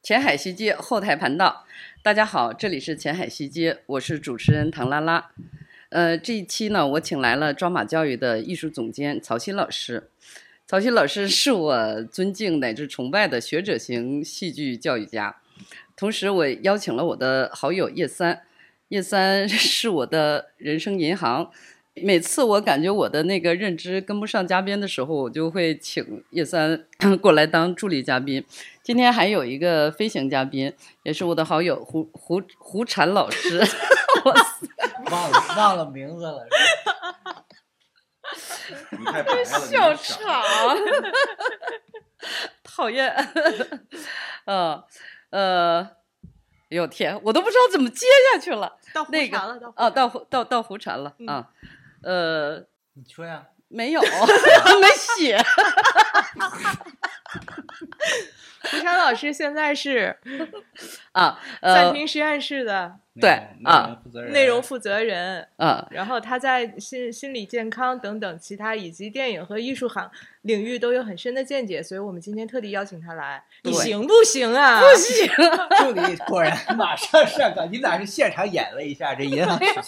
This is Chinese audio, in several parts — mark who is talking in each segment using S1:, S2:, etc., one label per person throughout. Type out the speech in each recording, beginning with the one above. S1: 前海西街后台盘道，大家好，这里是前海西街，我是主持人唐拉拉。呃，这一期呢，我请来了抓马教育的艺术总监曹鑫老师。曹鑫老师是我尊敬乃至崇拜的学者型戏剧教育家，同时我邀请了我的好友叶三，叶三 是我的人生银行。每次我感觉我的那个认知跟不上嘉宾的时候，我就会请叶三 过来当助理嘉宾。今天还有一个飞行嘉宾，也是我的好友胡胡胡婵老师。哇塞
S2: 忘了忘了名字了，是
S3: 你 太白了，
S1: 笑
S3: 你傻
S1: 场， 讨厌，呃呃，哎呦天，我都不知道怎么接下去了
S4: 到胡
S1: 那个
S4: 茬了， 到
S1: 啊！到胡到到胡禅了
S4: 嗯
S1: 啊，呃，
S2: 你说呀？
S1: 没有，没写，
S4: 胡茬老师现在是
S1: 啊，
S4: 暂
S1: 呃
S4: 停实验室的
S1: 对啊，
S4: 内容负责人，
S1: 啊，
S4: 然后他在心心理健康等等其他以及电影和艺术行领域都有很深的见解，所以我们今天特地邀请他来。你
S1: 对
S4: 行不行啊？
S1: 不行，
S2: 助理果然马上上岗，你俩是现场演了一下这啊银行取钱，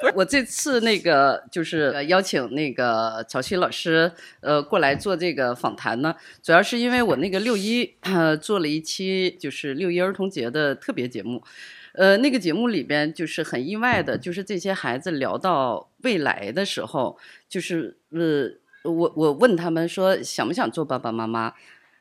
S1: 我这次那个就是呃邀请那个曹曦老师，呃，过来做这个访谈呢，主要是因为我那个六一呃做了一期就是六一儿童节的特别节目，呃，那个节目里边就是很意外的，就是这些孩子聊到未来的时候，就是呃，我我问他们说想不想做爸爸妈妈。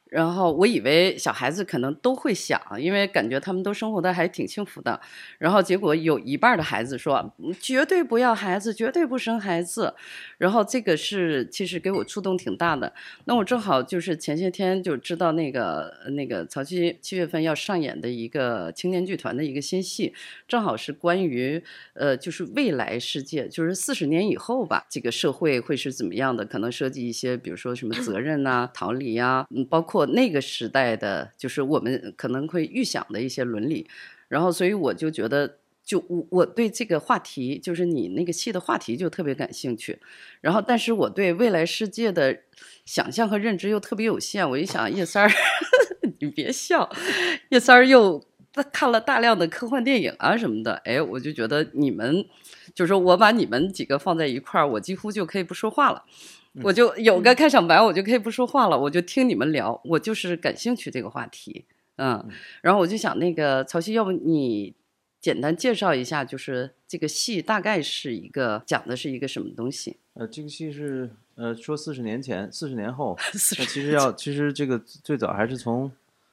S1: 然后我以为小孩子可能都会想，因为感觉他们都生活的还挺幸福的。然后结果有一半儿的孩子说嗯绝对不要孩子，绝对不生孩子。然后这个是其实给我触动挺大的。那我正好就是前些天就知道那个那个曹七七月份要上演的一个青年剧团的一个新戏，正好是关于呃就是未来世界，就是四十年以后吧，这个社会会是怎么样的？可能涉及一些比如说什么责任呐、 逃离呀、嗯，包括那个时代的就是我们可能会预想的一些伦理。然后所以我就觉得，就我我对这个话题，就是你那个戏的话题就特别感兴趣。然后，但是我对未来世界的想象和认知又特别有限。我一想，叶三儿， 你别笑，叶三儿又看了大量的科幻电影啊什么的。哎，我就觉得你们，就是说我把你们几个放在一块儿，我几乎就可以不说话了。我就有个开场白，我就可以不说话了，我就听你们聊，我就是感兴趣这个话题，嗯，然后我就想，那个曹曦，要不你简单介绍一下，就是这个戏大概是一个讲的是一个什么东西？
S3: 呃，这个戏是呃说四十年前、四十年后，
S1: 四
S3: 那
S1: 十
S3: 其实要其实这个最早还是从，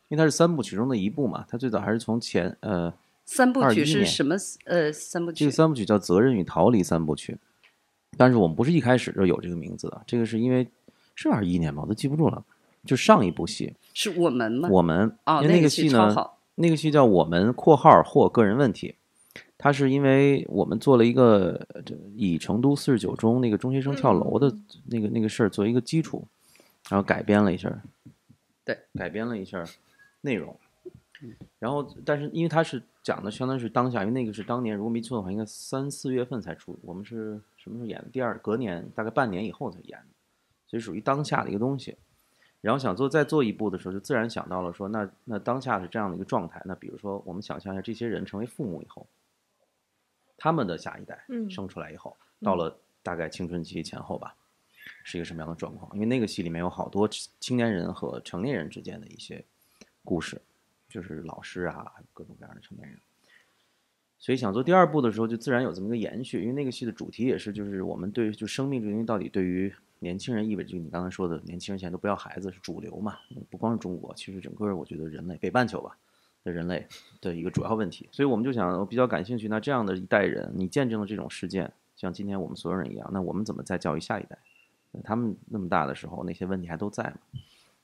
S3: 因为它是三部曲中的一部嘛，它最早还是从前呃
S1: 三部曲
S3: 21
S1: 是
S3: 年
S1: 什么？呃，三部
S3: 这
S1: 曲
S3: 个三部曲叫《责任与逃离》三部曲，但是我们不是一开始就有这个名字的，这个是因为是二一年吧，我都记不住了，就上一部戏
S1: 是我们吗？
S3: 我们，
S1: 哦，
S3: 因为那
S1: 个
S3: 戏
S1: 超
S3: 呢，
S1: 好，
S3: 那个戏叫《我们（括号或个人问题）》，它是因为我们做了一个呃这以成都四十九中那个中学生跳楼的那个那个事儿作为一个基础，然后改编了一下儿，
S1: 对，
S3: 改编了一下儿内容。然后，但是因为它是讲的相当于是当下，因为那个是当年，如果没错的话，应该三四月份才出。我们是什么时候演的？第二隔年大概半年以后才演的，所以属于当下的一个东西。然后想做再做一步的时候，就自然想到了说，那那当下是这样的一个状态。那比如说，我们想象一下，这些人成为父母以后，他们的下一代
S4: 嗯
S3: 生出来以后，到了大概青春期前后吧，是一个什么样的状况？因为那个戏里面有好多青年人和成年人之间的一些故事，就是老师啊，各种各样的成年人。所以想做第二部的时候，就自然有这么一个延续，因为那个戏的主题也是，就是我们对就生命这个东西到底对于年轻人意味着，就你刚才说的，年轻人现在都不要孩子是主流嘛，不光是中国，其实整个我觉得人类北半球吧的人类的一个主要问题。所以我们就想，我比较感兴趣，那这样的一代人，你见证了这种事件，像今天我们所有人一样，那我们怎么再教育下一代？呃他们那么大的时候，那些问题还都在嘛？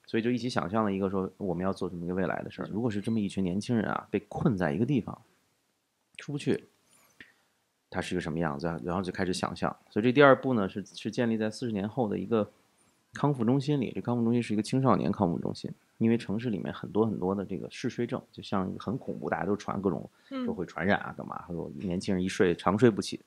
S3: 所以就一起想象了一个说我们要做这么一个未来的事儿。如果是这么一群年轻人啊，被困在一个地方，出不去，它是一个什么样子啊？然后就开始想象。所以这第二步呢，是是建立在四十年后的一个康复中心里。这康复中心是一个青少年康复中心，因为城市里面很多很多的这个嗜睡症，就像一个很恐怖，大家都传各种说会传染啊，干嘛？还有年轻人一睡长睡不起。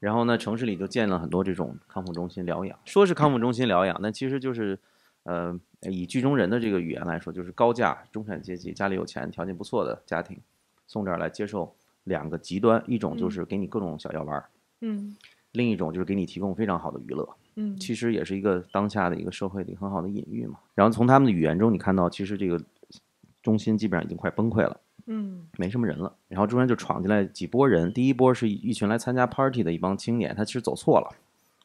S3: 然后呢，城市里就建了很多这种康复中心疗养，说是康复中心疗养，但其实就是呃，以剧中人的这个语言来说，就是高价中产阶级家里有钱、条件不错的家庭送这儿来接受两个极端，一种就是给你各种小药丸儿，
S4: 嗯
S3: 另一种就是给你提供非常好的娱乐。
S4: 嗯，
S3: 其实也是一个当下的一个社会的一个很好的隐喻嘛。然后从他们的语言中，你看到其实这个中心基本上已经快崩溃了。
S4: 嗯
S3: 没什么人了。然后中间就闯进来几波人，第一波是一群来参加 party 的一帮青年，他其实走错了，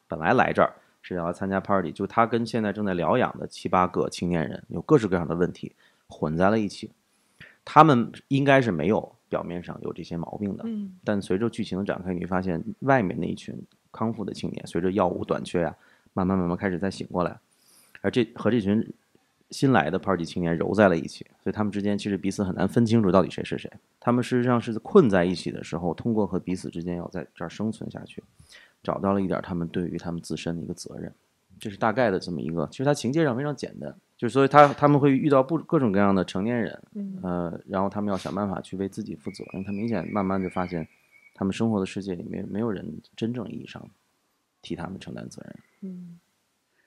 S3: 本来来这儿是要来参加 party，就他跟现在正在疗养的七八个青年人有各式各样的问题混在了一起。他们应该是没有表面上有这些毛病的，
S4: 嗯
S3: 但随着剧情的展开，你会发现外面那一群康复的青年，随着药物短缺啊，慢慢慢慢开始再醒过来，而这和这群新来的 party 青年揉在了一起，所以他们之间其实彼此很难分清楚到底谁是谁。他们事实上是困在一起的时候，通过和彼此之间要在这儿生存下去，找到了一点他们对于他们自身的一个责任。这是大概的这么一个，其实它情节上非常简单，就是所以他他们会遇到不各种各样的成年人，
S4: 嗯
S3: 呃，然后他们要想办法去为自己负责，因为他明显慢慢就发现，他们生活的世界里面没有人真正意义上替他们承担责任。
S4: 嗯，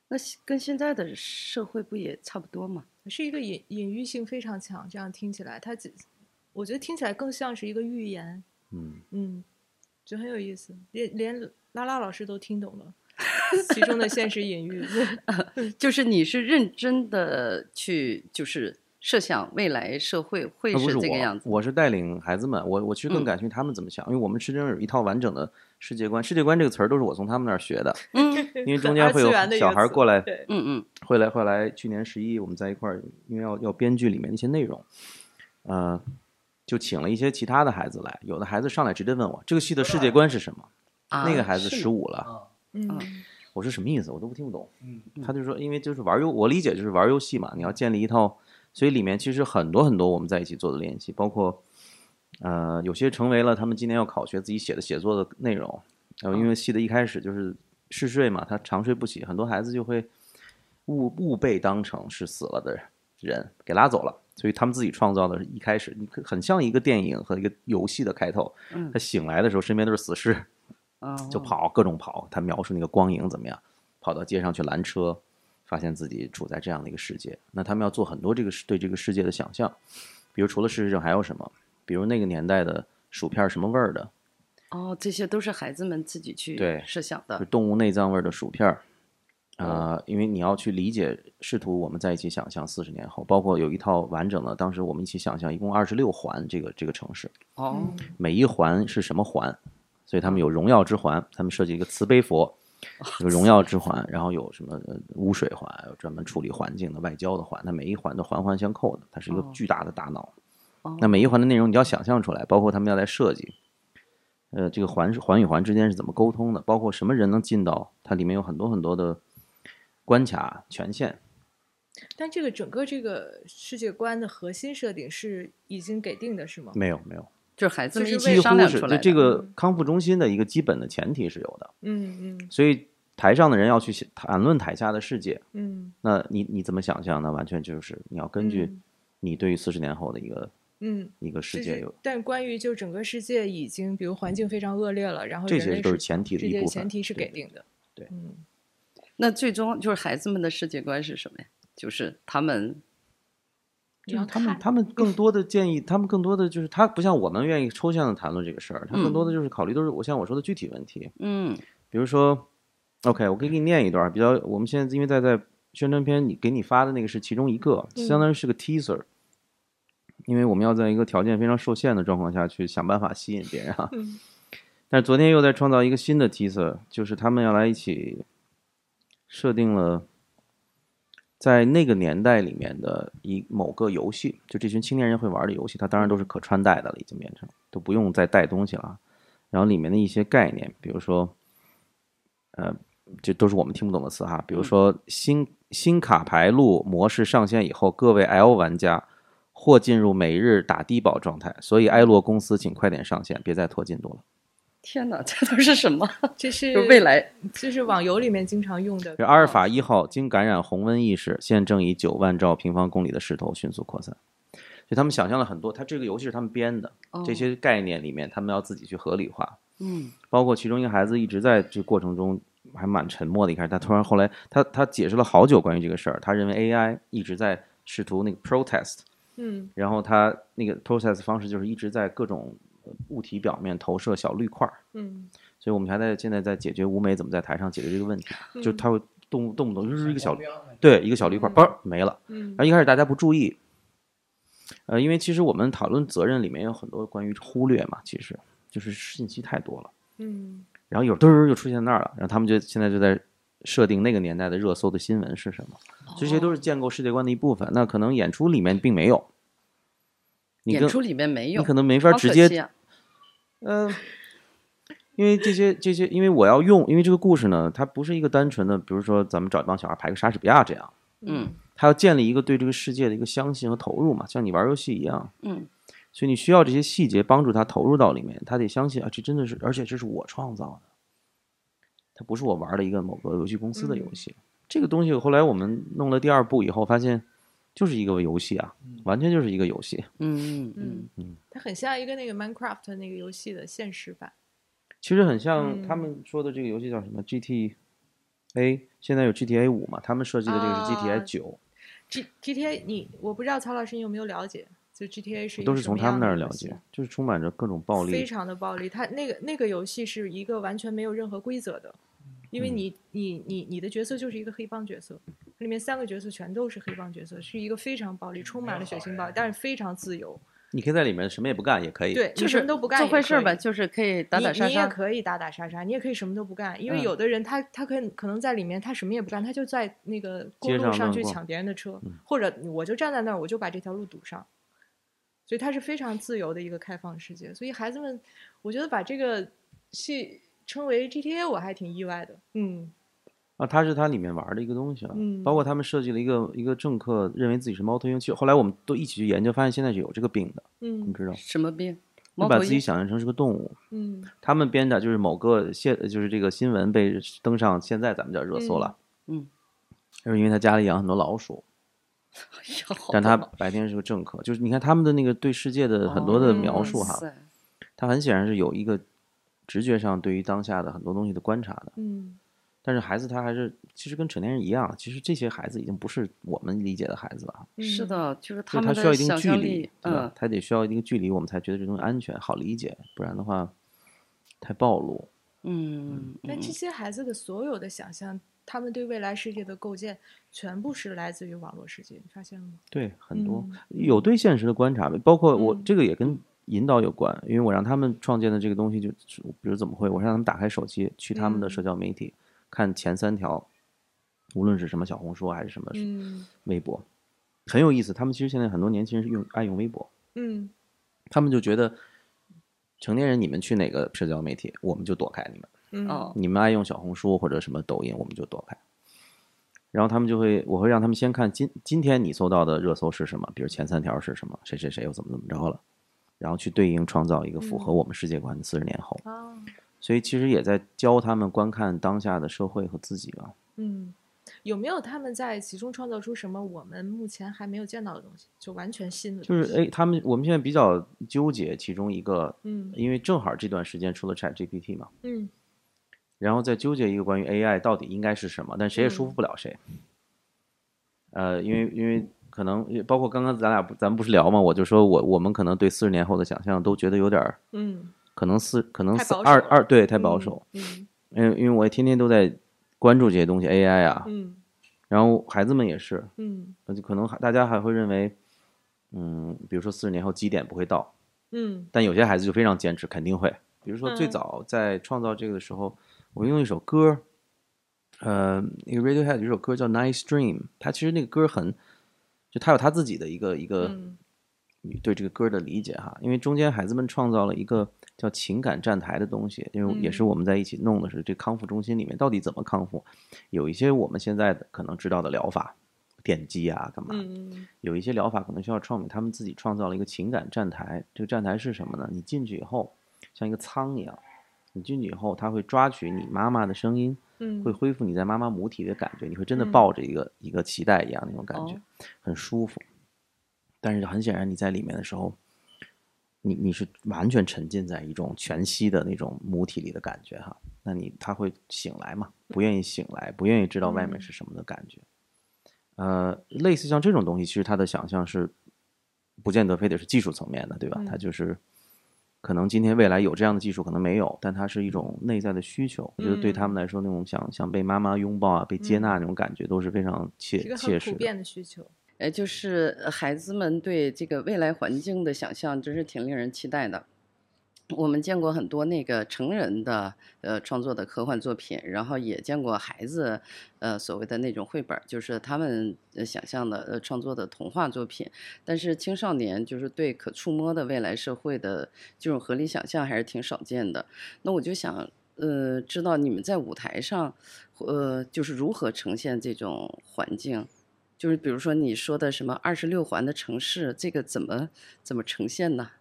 S1: 那现跟现在的社会不也差不多吗？
S4: 是一个隐隐喻性非常强，这样听起来，它只我觉得听起来更像是一个寓言，
S3: 嗯，
S4: 嗯，就很有意思，连连拉拉老师都听懂了其中的现实隐喻，
S1: 就是你是认真的去，就是设想未来社会会
S3: 那不是
S1: 这个样
S3: 我，
S1: 子。
S3: 我是带领孩子们，我我其实更感兴趣他们怎么想，因为我们实际上有一套完整的世界观，世界观这个词儿都是我从他们那儿学的，
S1: 嗯
S3: 因为
S4: 很
S3: 中间
S4: 二
S3: 会
S4: 次
S3: 有
S4: 元的一
S3: 小
S4: 个
S3: 孩儿
S4: 词
S3: 过来
S4: 对，
S1: 嗯嗯，
S3: 会来会来，去年十一我们在一块儿，因为要要编剧里面的一些内容，呃，就请了一些其他的孩子来，有的孩子上来直接问我这个戏的世界观是什么，
S1: 啊
S3: 那个孩子
S1: 是吗
S3: 十五了。
S2: 啊，
S4: 嗯
S3: 哦我说什么意思？我都不听不懂。
S2: 嗯，
S3: 他就说，因为就是玩游，我理解就是玩游戏嘛，你要建立一套，所以里面其实很多很多我们在一起做的练习，包括呃有些成为了他们今年要考学自己写的写作的内容。呃，因为戏的一开始就是嗜睡嘛，他长睡不起，很多孩子就会误误被当成是死了的人给拉走了。所以他们自己创造的，一开始你很像一个电影和一个游戏的开头。
S1: 嗯
S3: 他醒来的时候，身边都是死尸，
S1: 哦
S3: 就跑，各种跑。他描述那个光影怎么样，跑到街上去拦车，发现自己处在这样的一个世界。那他们要做很多这个世对这个世界的想象，比如除了事实上还有什么，比如那个年代的薯片儿什么味儿的，
S1: 哦，这些都是孩子们自己去
S3: 对
S1: 设想
S3: 就
S1: 的
S3: 是。动物内脏味儿的薯片儿。呃，因为你要去理解，试图我们在一起想象四十年后，包括有一套完整的，当时我们一起想象，一共二十六环这个这个城市，
S2: 嗯
S4: 嗯
S1: 哦
S3: 每一环是什么环，所以他们有荣耀之环，他们设计一个慈悲佛，有荣耀之环，然后有什么呃污水环，有专门处理环境的外交的环，它每一环都环环相扣的，它是一个
S1: 哦
S3: 巨大的大脑。
S1: 哦，
S3: 那每一环的内容你要想象出来，包括他们要来设计，呃，这个环环与环之间是怎么沟通的，包括什么人能进到它里面有很多很多的关卡权限。
S4: 但这个整个这个世界观的核心设定是已经给定的，是吗？
S3: 没有没有，
S1: 就是孩子们
S4: 就是
S1: 一
S4: 为
S1: 起
S3: 几
S1: 商
S3: 乎
S1: 量
S3: 是
S1: 出
S3: 就
S1: 来的。嗯
S3: 这个康复中心的一个基本的前提是有的，
S4: 嗯嗯
S3: 所以台上的人要去谈论台下的世界。
S4: 嗯
S3: 那你你怎么想象呢？完全就是你要根据
S4: 嗯
S3: 你对于四十年后的一个、
S4: 嗯，
S3: 一个世
S4: 就
S3: 界
S4: 是
S3: 有，
S4: 但关于就整个世界已经，比如环境非常恶劣了，然后
S3: 这
S4: 人
S3: 些
S4: 类
S3: 都是前提的
S4: 这
S3: 一
S4: 些
S3: 部分。
S4: 前提是
S3: 对
S4: 给定的。
S3: 对
S4: 嗯，
S1: 那最终就是孩子们的世界观是什么呀？就是他们
S4: 你
S3: 就
S4: 要
S3: 是他们
S4: 看
S3: 他们更多的建议，他们更多的就是他不像我们愿意抽象的谈论这个事儿，他
S1: 嗯
S3: 更多的就是考虑都是我像我说的具体问题，
S1: 嗯
S3: 比如说，OK，我可以给你念一段儿，比较我们现在因为在在宣传片你给你发的那个是其中一个，
S4: 嗯
S3: 相当于是个 teaser，、因为我们要在一个条件非常受限的状况下去想办法吸引别人啊。
S4: 嗯
S3: 但是昨天又在创造一个新的 teaser，就是他们要来一起设定了在那个年代里面的一某个游戏，就这群青年人会玩的游戏，它当然都是可穿戴的了，已经变成都不用再带东西了啊。然后里面的一些概念，比如说，呃，这都是我们听不懂的词哈，比如说新新卡牌路模式上线以后，各位 L 玩家。或进入每日打低保状态，所以埃洛公司请快点上线，别再拖进度了。
S1: 天哪， 这都是什么？
S4: 这是
S1: 就是未，来
S4: 这是网游里面经常用的。
S3: 这阿尔法一号经感染红瘟疫时，现正以九万兆平方公里的势头迅速扩散。所以他们想象了很多，他这个游戏是他们编的，
S1: 哦
S3: 这些概念里面他们要自己去合理化，
S1: 嗯
S3: 包括其中一个孩子一直在这过程中还蛮沉默的。一开始，他突然后来，他他解释了好久关于这个事儿。他认为 AI 一直在试图那个 protest，
S4: 嗯
S3: 然后他那个 protest 方式就是一直在各种呃物体表面投射小绿块儿。
S4: 嗯，
S3: 所以我们还在现在在解决舞美怎么在台上解决这个问题，就
S4: 嗯
S3: 他会动不动不动就是一个小
S2: 目标呢
S3: 对一个小绿块儿，
S4: 嗯
S3: 嘣儿没了。
S4: 嗯
S3: 然后一开始大家不注意，呃，因为其实我们讨论责任里面有很多关于忽略嘛，其实就是信息太多了。
S4: 嗯
S3: 然后有嘚儿就出现那儿了，然后他们就现在就在设定那个年代的热搜的新闻是什么，
S1: 哦
S3: 这些都是建构世界观的一部分。那可能演出里面并没有，
S1: 哦
S3: 你
S1: 演
S3: 跟
S1: 出里面没有，
S3: 你可能没法
S1: 好
S3: 直
S1: 可
S3: 接
S1: 惜啊
S3: 嗯，因为这些这些，因为我要用，因为这个故事呢，它不是一个单纯的，比如说咱们找一帮小孩排个莎士比亚这样，
S1: 嗯
S3: 它要建立一个对这个世界的一个相信和投入嘛，像你玩游戏一样，
S1: 嗯
S3: 所以你需要这些细节帮助他投入到里面，他得相信啊，这真的是，而且这是我创造的，它不是我玩的一个某个游戏公司的
S4: 嗯
S3: 游戏。这个东西后来我们弄了第二部以后，发现就是一个游戏啊，完全就是一个游戏。
S1: 嗯嗯嗯
S4: 嗯，它很像一个那个 Minecraft 那个游戏的现实版。
S3: 其实很像
S4: 嗯
S3: 他们说的这个游戏叫什么 GTA，现在有 GTA 五嘛，他们设计的这个是
S4: 啊
S3: GTA 九、
S4: G GTA 你我不知道曹老师你有没有了解，就 GTA 是一个
S3: 都是
S4: 什
S3: 从
S4: 么
S3: 他们
S4: 样
S3: 那
S4: 的
S3: 儿
S4: 游
S3: 了
S4: 戏
S3: 解，就是充满着各种暴
S4: 非
S3: 力。
S4: 常的暴力。它那个那个游戏是一个完全没有任何规则的，因为
S3: 嗯
S4: 你你你你的角色就是一个黑帮角色，它里面三个角色全都是黑帮角色，是一个非常暴力，充满了血腥暴力，但是非常自由。
S3: 你可以在里面什么也不干，也可以。
S4: 对，你
S1: 就
S4: 什
S1: 是
S4: 么都不干
S1: 做
S4: 也
S1: 坏事
S4: 可
S1: 儿吧，
S4: 以
S1: 就是可以打打杀
S4: 你你也
S1: 杀。
S4: 可以打打杀杀，你也可以什么都不干，因为
S1: 嗯
S4: 有的人他他可以可能在里面他什么也不干，他就在那个公
S3: 街
S4: 路
S3: 上
S4: 上
S3: 乱
S4: 去
S3: 逛
S4: 抢别人的车
S3: 嗯，
S4: 或者我就站在那儿，我就把这条路堵上。所以它是非常自由的一个开放世界，所以孩子们，我觉得把这个戏称为 GTA，我还挺意外的。嗯
S3: 啊，它是它里面玩的一个东西啊，
S4: 嗯
S3: 包括他们设计了一个一个政客认为自己是猫头鹰，其实后来我们都一起去研究，发现现在是有这个病的，你
S4: 嗯
S3: 知道，
S1: 什么病？
S3: 就
S1: 猫
S3: 把
S1: 头
S3: 自己
S1: 鹰
S3: 想象成是个动物。
S4: 嗯
S3: 他们编的就是某个现，就是这个新闻被登上现在咱们叫热搜了，
S1: 嗯，
S3: 就是因为他家里养很多老鼠，
S1: 要好啊
S3: 但
S1: 多
S3: 他
S1: 了
S3: 白天是个政客，就是你看他们的那个对世界的很多的
S4: 哦
S3: 描
S1: 哇
S3: 述哈，
S1: 塞
S3: 他很显然是有一个直觉上对于当下的很多东西的观察的。
S4: 嗯
S3: 但是孩子他还是其实跟成年人一样，其实这些孩子已经不是我们理解的孩子了，
S4: 嗯，
S1: 是的，就是他
S3: 就是他
S1: 们
S3: 需要
S1: 的
S3: 一定
S1: 想
S3: 距
S1: 象
S3: 离
S1: 力，，
S3: 对吧
S1: 嗯，
S3: 他得需要一定距离，我们才觉得这东西安全好理解，不然的话太暴露。
S1: 嗯，
S4: 那
S1: 嗯
S4: 这些孩子的所有的想象，他们对未来世界的构建，全部是来自于网络世界，你发现了吗？
S3: 对，很多、
S4: 嗯
S3: 有对现实的观察，包括我、
S4: 嗯
S3: 这个也跟引导有关，因为我让他们创建的这个东西就，是比如怎么会，我让他们打开手机去他们的
S4: 嗯
S3: 社交媒体、看前三条，无论是什么小红书还是什么
S4: 嗯
S3: 微博，很有意思。他们其实现在很多年轻人是用爱用微博，
S4: 嗯
S3: 他们就觉得成年人你们去哪个社交媒体，我们就躲开你们。
S4: 嗯
S1: 哦，
S3: 你们爱用小红书或者什么抖音，我们就躲开。然后他们就会，我会让他们先看今今天你搜到的热搜是什么，比如前三条是什么，谁谁谁又怎么怎么着了，然后去对应创造一个符合我们世界观的四十年后。
S4: 啊，
S3: 所以其实也在教他们观看当下的社会和自己啊。
S4: 嗯，有没有他们在其中创造出什么我们目前还没有见到的东西？就完全新的
S3: 就
S4: 东西，
S3: 是哎，他们我们现在比较纠结其中一个，
S4: 嗯
S3: 因为正好这段时间出了 Chat GPT 嘛，
S4: 嗯
S3: 然后再纠结一个关于 AI 到底应该是什么，但谁也
S4: 嗯
S3: 说服不了谁。呃，因为因为可能包括刚刚咱俩不咱们不是聊嘛，我就说我我们可能对四十年后的想象都觉得有点儿
S4: 嗯
S3: 可能四可能
S4: 太
S3: 四
S4: 保守
S3: 二
S4: 了
S3: 二对太保守，，
S4: 嗯
S3: 因为因为我也天天都在关注这些东西 AI 啊，
S4: 嗯
S3: 然后孩子们也是，呃
S4: 嗯
S3: 那就可能还大家还会认为，嗯，比如说四十年后基点不会到，
S4: 嗯
S3: 但有些孩子就非常坚持，肯定会。比如说最
S4: 嗯
S3: 早在创造这个的时候，我用一首歌，呃，那个 Radiohead 有一首歌叫《Nice Dream》，它其实那个歌很，就他有他自己的一个一个
S4: 嗯
S3: 对这个歌的理解哈，因为中间孩子们创造了一个叫情感站台的东西，因为也是
S4: 嗯
S3: 我们在一起弄的是这康复中心里面到底怎么康复，有一些我们现在的可能知道的疗法，电击啊干嘛，
S4: 嗯
S3: 有一些疗法可能需要创美，他们自己创造了一个情感站台。这个站台是什么呢？你进去以后，像一个仓一样，你进去以后，它会抓取你妈妈的声音，
S4: 嗯
S3: 会恢复你在妈妈母体的感觉，你会真的
S4: 嗯
S3: 抱着一个、一个脐带一样那种感觉
S1: 哦，
S3: 很舒服。但是很显然，你在里面的时候，你你是完全沉浸在一种全息的那种母体里的感觉哈，那你他会醒来嘛？不愿意醒来，不愿意知道外
S4: 嗯
S3: 面是什么的感觉。呃，类似像这种东西，其实他的想象是不见得非得是技术层面的，对吧？
S4: 嗯
S3: 他就是可能今天未来有这样的技术，可能没有，但它
S4: 嗯
S3: 是一种内在的需求。我觉得对他们来说，那种想想被妈妈拥抱啊，被接纳那种感觉，都是非常切
S4: 一个
S3: 切
S4: 很
S3: 实
S4: 普
S3: 的。
S4: 遍的需求。
S1: 呃，就是呃孩子们对这个未来环境的想象，真是挺令人期待的。我们见过很多那个成人的呃创作的科幻作品，然后也见过孩子呃所谓的那种绘本儿，就是他们呃想象的呃创作的童话作品。但是青少年就是对可触摸的未来社会的这种合理想象还是挺少见的。那我就想，呃，知道你们在舞台上，呃，就是如何呈现这种环境。就是比如说你说的什么二十六环的城市，这个怎么怎么呈现呢？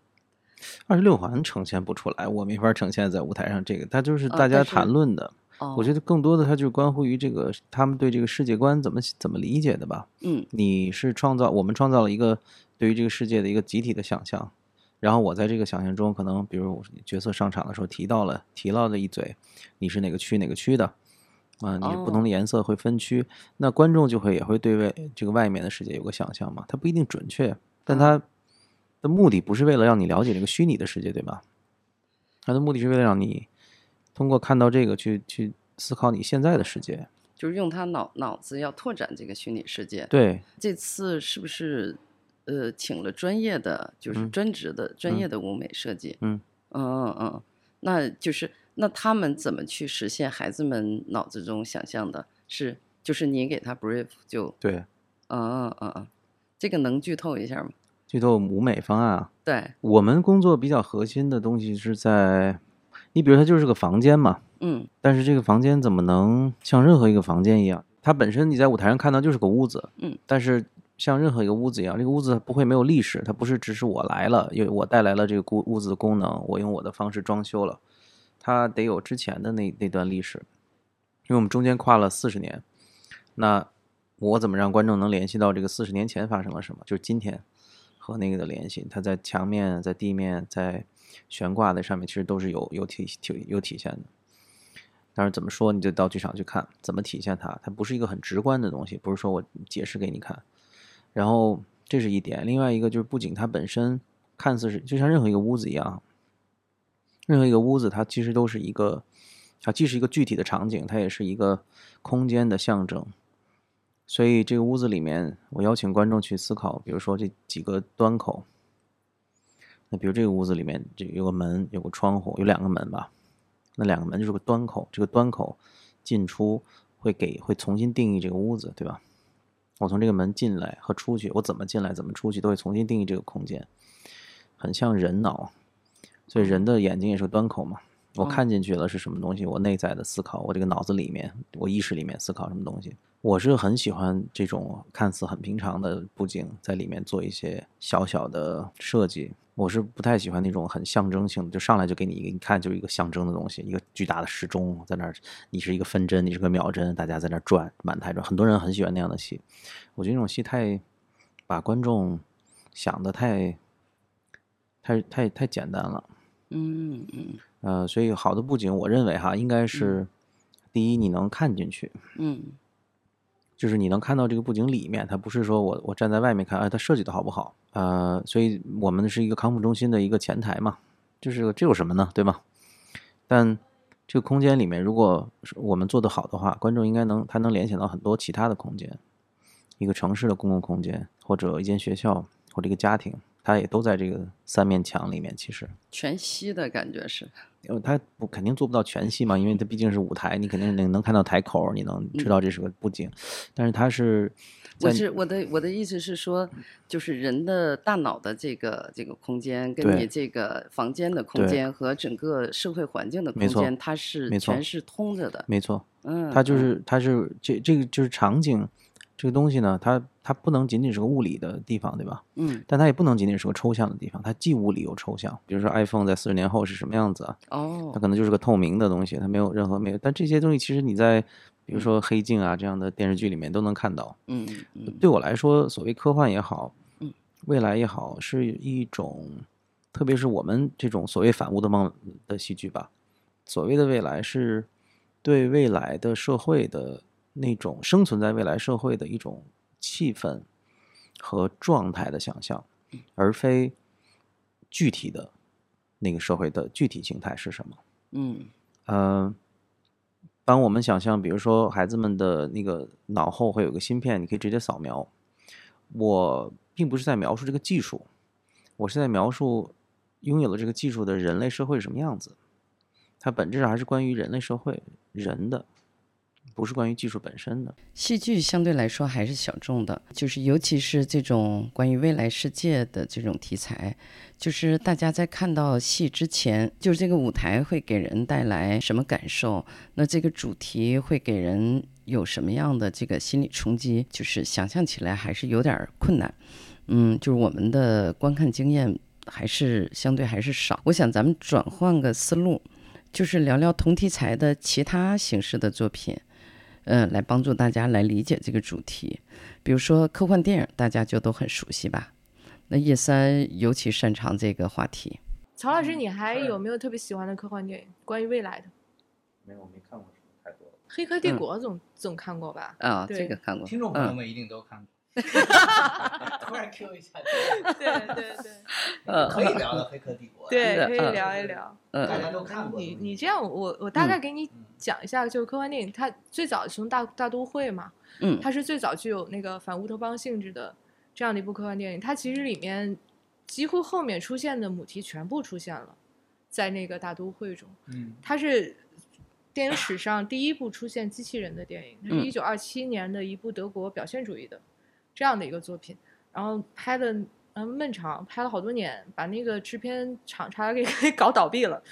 S3: 二十六环呈现不出来，我没法呈现在舞台上这个，它就是
S1: 呃
S3: 大家
S1: 但是
S3: 谈论的。
S1: 哦，
S3: 我觉得更多的它就关乎于这个他们对这个世界观怎么怎么理解的吧。
S1: 嗯
S3: 你是创造，我们创造了一个对于这个世界的一个集体的想象，然后我在这个想象中，可能比如我角色上场的时候提到了提到了一嘴，你是哪个区哪个区的，啊、你不同的颜色会分区，那观众就会也会对外这个外面的世界有个想象嘛，它不一定准确，但它的目的不是为了让你了解这个虚拟的世界，对吧？它的目的是为了让你通过看到这个去去思考你现在的世界，
S1: 就是用他脑脑子要拓展这个虚拟世界。
S3: 对，
S1: 这次是不是呃请了专业的，就是
S3: 嗯
S1: 专职的、专
S3: 嗯
S1: 业的舞美设计？
S3: 嗯
S1: 嗯嗯嗯，那就是那他们怎么去实现孩子们脑子中想象的？是就是你给他 brief 就
S3: 对，
S1: 嗯嗯嗯嗯，这个能剧透一下吗？
S3: 剧透舞美方案啊。
S1: 对，
S3: 我们工作比较核心的东西是在，你比如它就是个房间嘛，
S1: 嗯
S3: 但是这个房间怎么能像任何一个房间一样？它本身你在舞台上看到就是个屋子，
S1: 嗯，
S3: 但是像任何一个屋子一样，这个屋子不会没有历史，它不是只是我来了，因为我带来了这个屋屋子的功能，我用我的方式装修了，它得有之前的那那段历史，因为我们中间跨了四十年，那我怎么让观众能联系到这个四十年前发生了什么？就是今天和那个的联系，它在墙面、在地面、在悬挂在上面，其实都是有有体体有体现的。但是怎么说，你就到剧场去看怎么体现它，它不是一个很直观的东西，不是说我解释给你看。然后这是一点，另外一个就是不仅它本身看似是就像任何一个屋子一样，任何一个屋子它其实都是一个，它既是一个具体的场景，它也是一个空间的象征。所以这个屋子里面，我邀请观众去思考，比如说这几个端口。那比如这个屋子里面，这有个门，有个窗户，有两个门吧。那两个门就是个端口，这个端口进出会给会重新定义这个屋子，对吧？我从这个门进来和出去，我怎么进来怎么出去都会重新定义这个空间，很像人脑，所以人的眼睛也是个端口嘛。我
S1: 嗯
S3: 看进去了是什么东西，我内在的思考，我这个脑子里面，我意识里面思考什么东西。我是很喜欢这种看似很平常的布景，在里面做一些小小的设计。我是不太喜欢那种很象征性的，就上来就给你一个，一看就是一个象征的东西，一个巨大的时钟在那儿，你是一个分针，你是个秒针，大家在那儿转，满台转。很多人很喜欢那样的戏，我觉得那种戏太把观众想的太太太太简单了。
S1: 嗯嗯
S3: 呃，所以好的布景，我认为哈，应该是第一，你能看进去，
S1: 嗯
S3: 就是你能看到这个布景里面，它不是说我我站在外面看，哎，它设计的好不好？呃，所以我们是一个康复中心的一个前台嘛，就是这有什么呢，对吧？但这个空间里面，如果是我们做得好的话，观众应该能他能联想到很多其他的空间，一个城市的公共空间，或者一间学校，或者一个家庭，它也都在这个三面墙里面，其实。
S1: 全息的感觉是，
S3: 呃，他不肯定做不到全息嘛，因为它毕竟是舞台，你肯定能能看到台口儿，你能知道这是个布景，但是它是在
S1: 我是我的我的意思是说，就是人的大脑的这个这个空间，跟你
S3: 对
S1: 这个房间的空
S3: 对
S1: 间和整个社会环境的空
S3: 没错
S1: 间，它是
S3: 没错
S1: 全是通着的。
S3: 没错，
S1: 嗯，
S3: 它就
S1: 嗯
S3: 是它是这这个就是场景这个东西呢，它它不能仅仅是个物理的地方，对吧？
S1: 嗯
S3: 但它也不能仅仅是个抽象的地方，它既物理又抽象。比如说 iPhone 在四十年后是什么样子啊？它
S1: 哦
S3: 可能就是个透明的东西，它没有任何没有，但这些东西其实你在比如说《黑镜啊》这样的电视剧里面都能看到。
S1: 嗯嗯
S3: 对我来说，所谓科幻也好
S1: 嗯，
S3: 未来也好，是一种特别是我们这种所谓反乌托邦的戏剧吧，所谓的未来是对未来的社会的那种生存在未来社会的一种气氛和状态的想象，而非具体的那个社会的具体形态是什么。
S1: 嗯
S3: 呃，帮我们想象，比如说孩子们的那个脑后会有个芯片，你可以直接扫描。我并不是在描述这个技术，我是在描述拥有了这个技术的人类社会是什么样子。它本质上还是关于人类社会人的，不是关于技术本身的。
S1: 戏剧相对来说还是小众的，就是尤其是这种关于未来世界的这种题材，就是大家在看到戏之前，就是这个舞台会给人带来什么感受，那这个主题会给人有什么样的这个心理冲击，就是想象起来还是有点儿困难。嗯，就是我们的观看经验还是相对还是少。我想咱们转换个思路，就是聊聊同题材的其他形式的作品。嗯，来帮助大家来理解这个主题。比如说科幻电影，大家就都很熟悉吧？那叶三尤其擅长这个话题。
S4: 曹老师，你还
S2: 嗯
S4: 有没有特别喜欢的科幻电影？关于未来的《
S3: 没有，我没看过什么太多的。
S4: 黑
S3: 嗯
S4: 客帝国》总总看过吧？
S1: 啊、
S4: 对
S1: 这个看过。
S2: 听众朋友
S1: 嗯
S2: 们一定都看过。 突然 Q 一下，
S4: 对对对
S1: 呃
S2: 可以聊聊《黑客帝国》。啊
S1: 是的
S4: 嗯对，可以
S1: 嗯
S4: 聊一聊。
S1: 嗯
S2: 大家
S1: 嗯
S2: 都看过。
S4: 你你这样，我我
S3: 嗯
S4: 大概给你
S2: 嗯
S4: 讲一下，就是科幻电影，它最早从大大都会嘛，
S1: 嗯
S4: 它是最早具有那个反乌托邦性质的这样的一部科幻电影。它其实里面几乎后面出现的母题全部出现了，在那个大都会中。
S2: 嗯，
S4: 它是电影史上第一部出现机器人的电影，它是
S1: 嗯
S4: 一九二七年的一部德国表现主义的这样的一个作品，然后拍的嗯漫长，拍了好多年，把那个制片厂差点给 给搞倒闭了，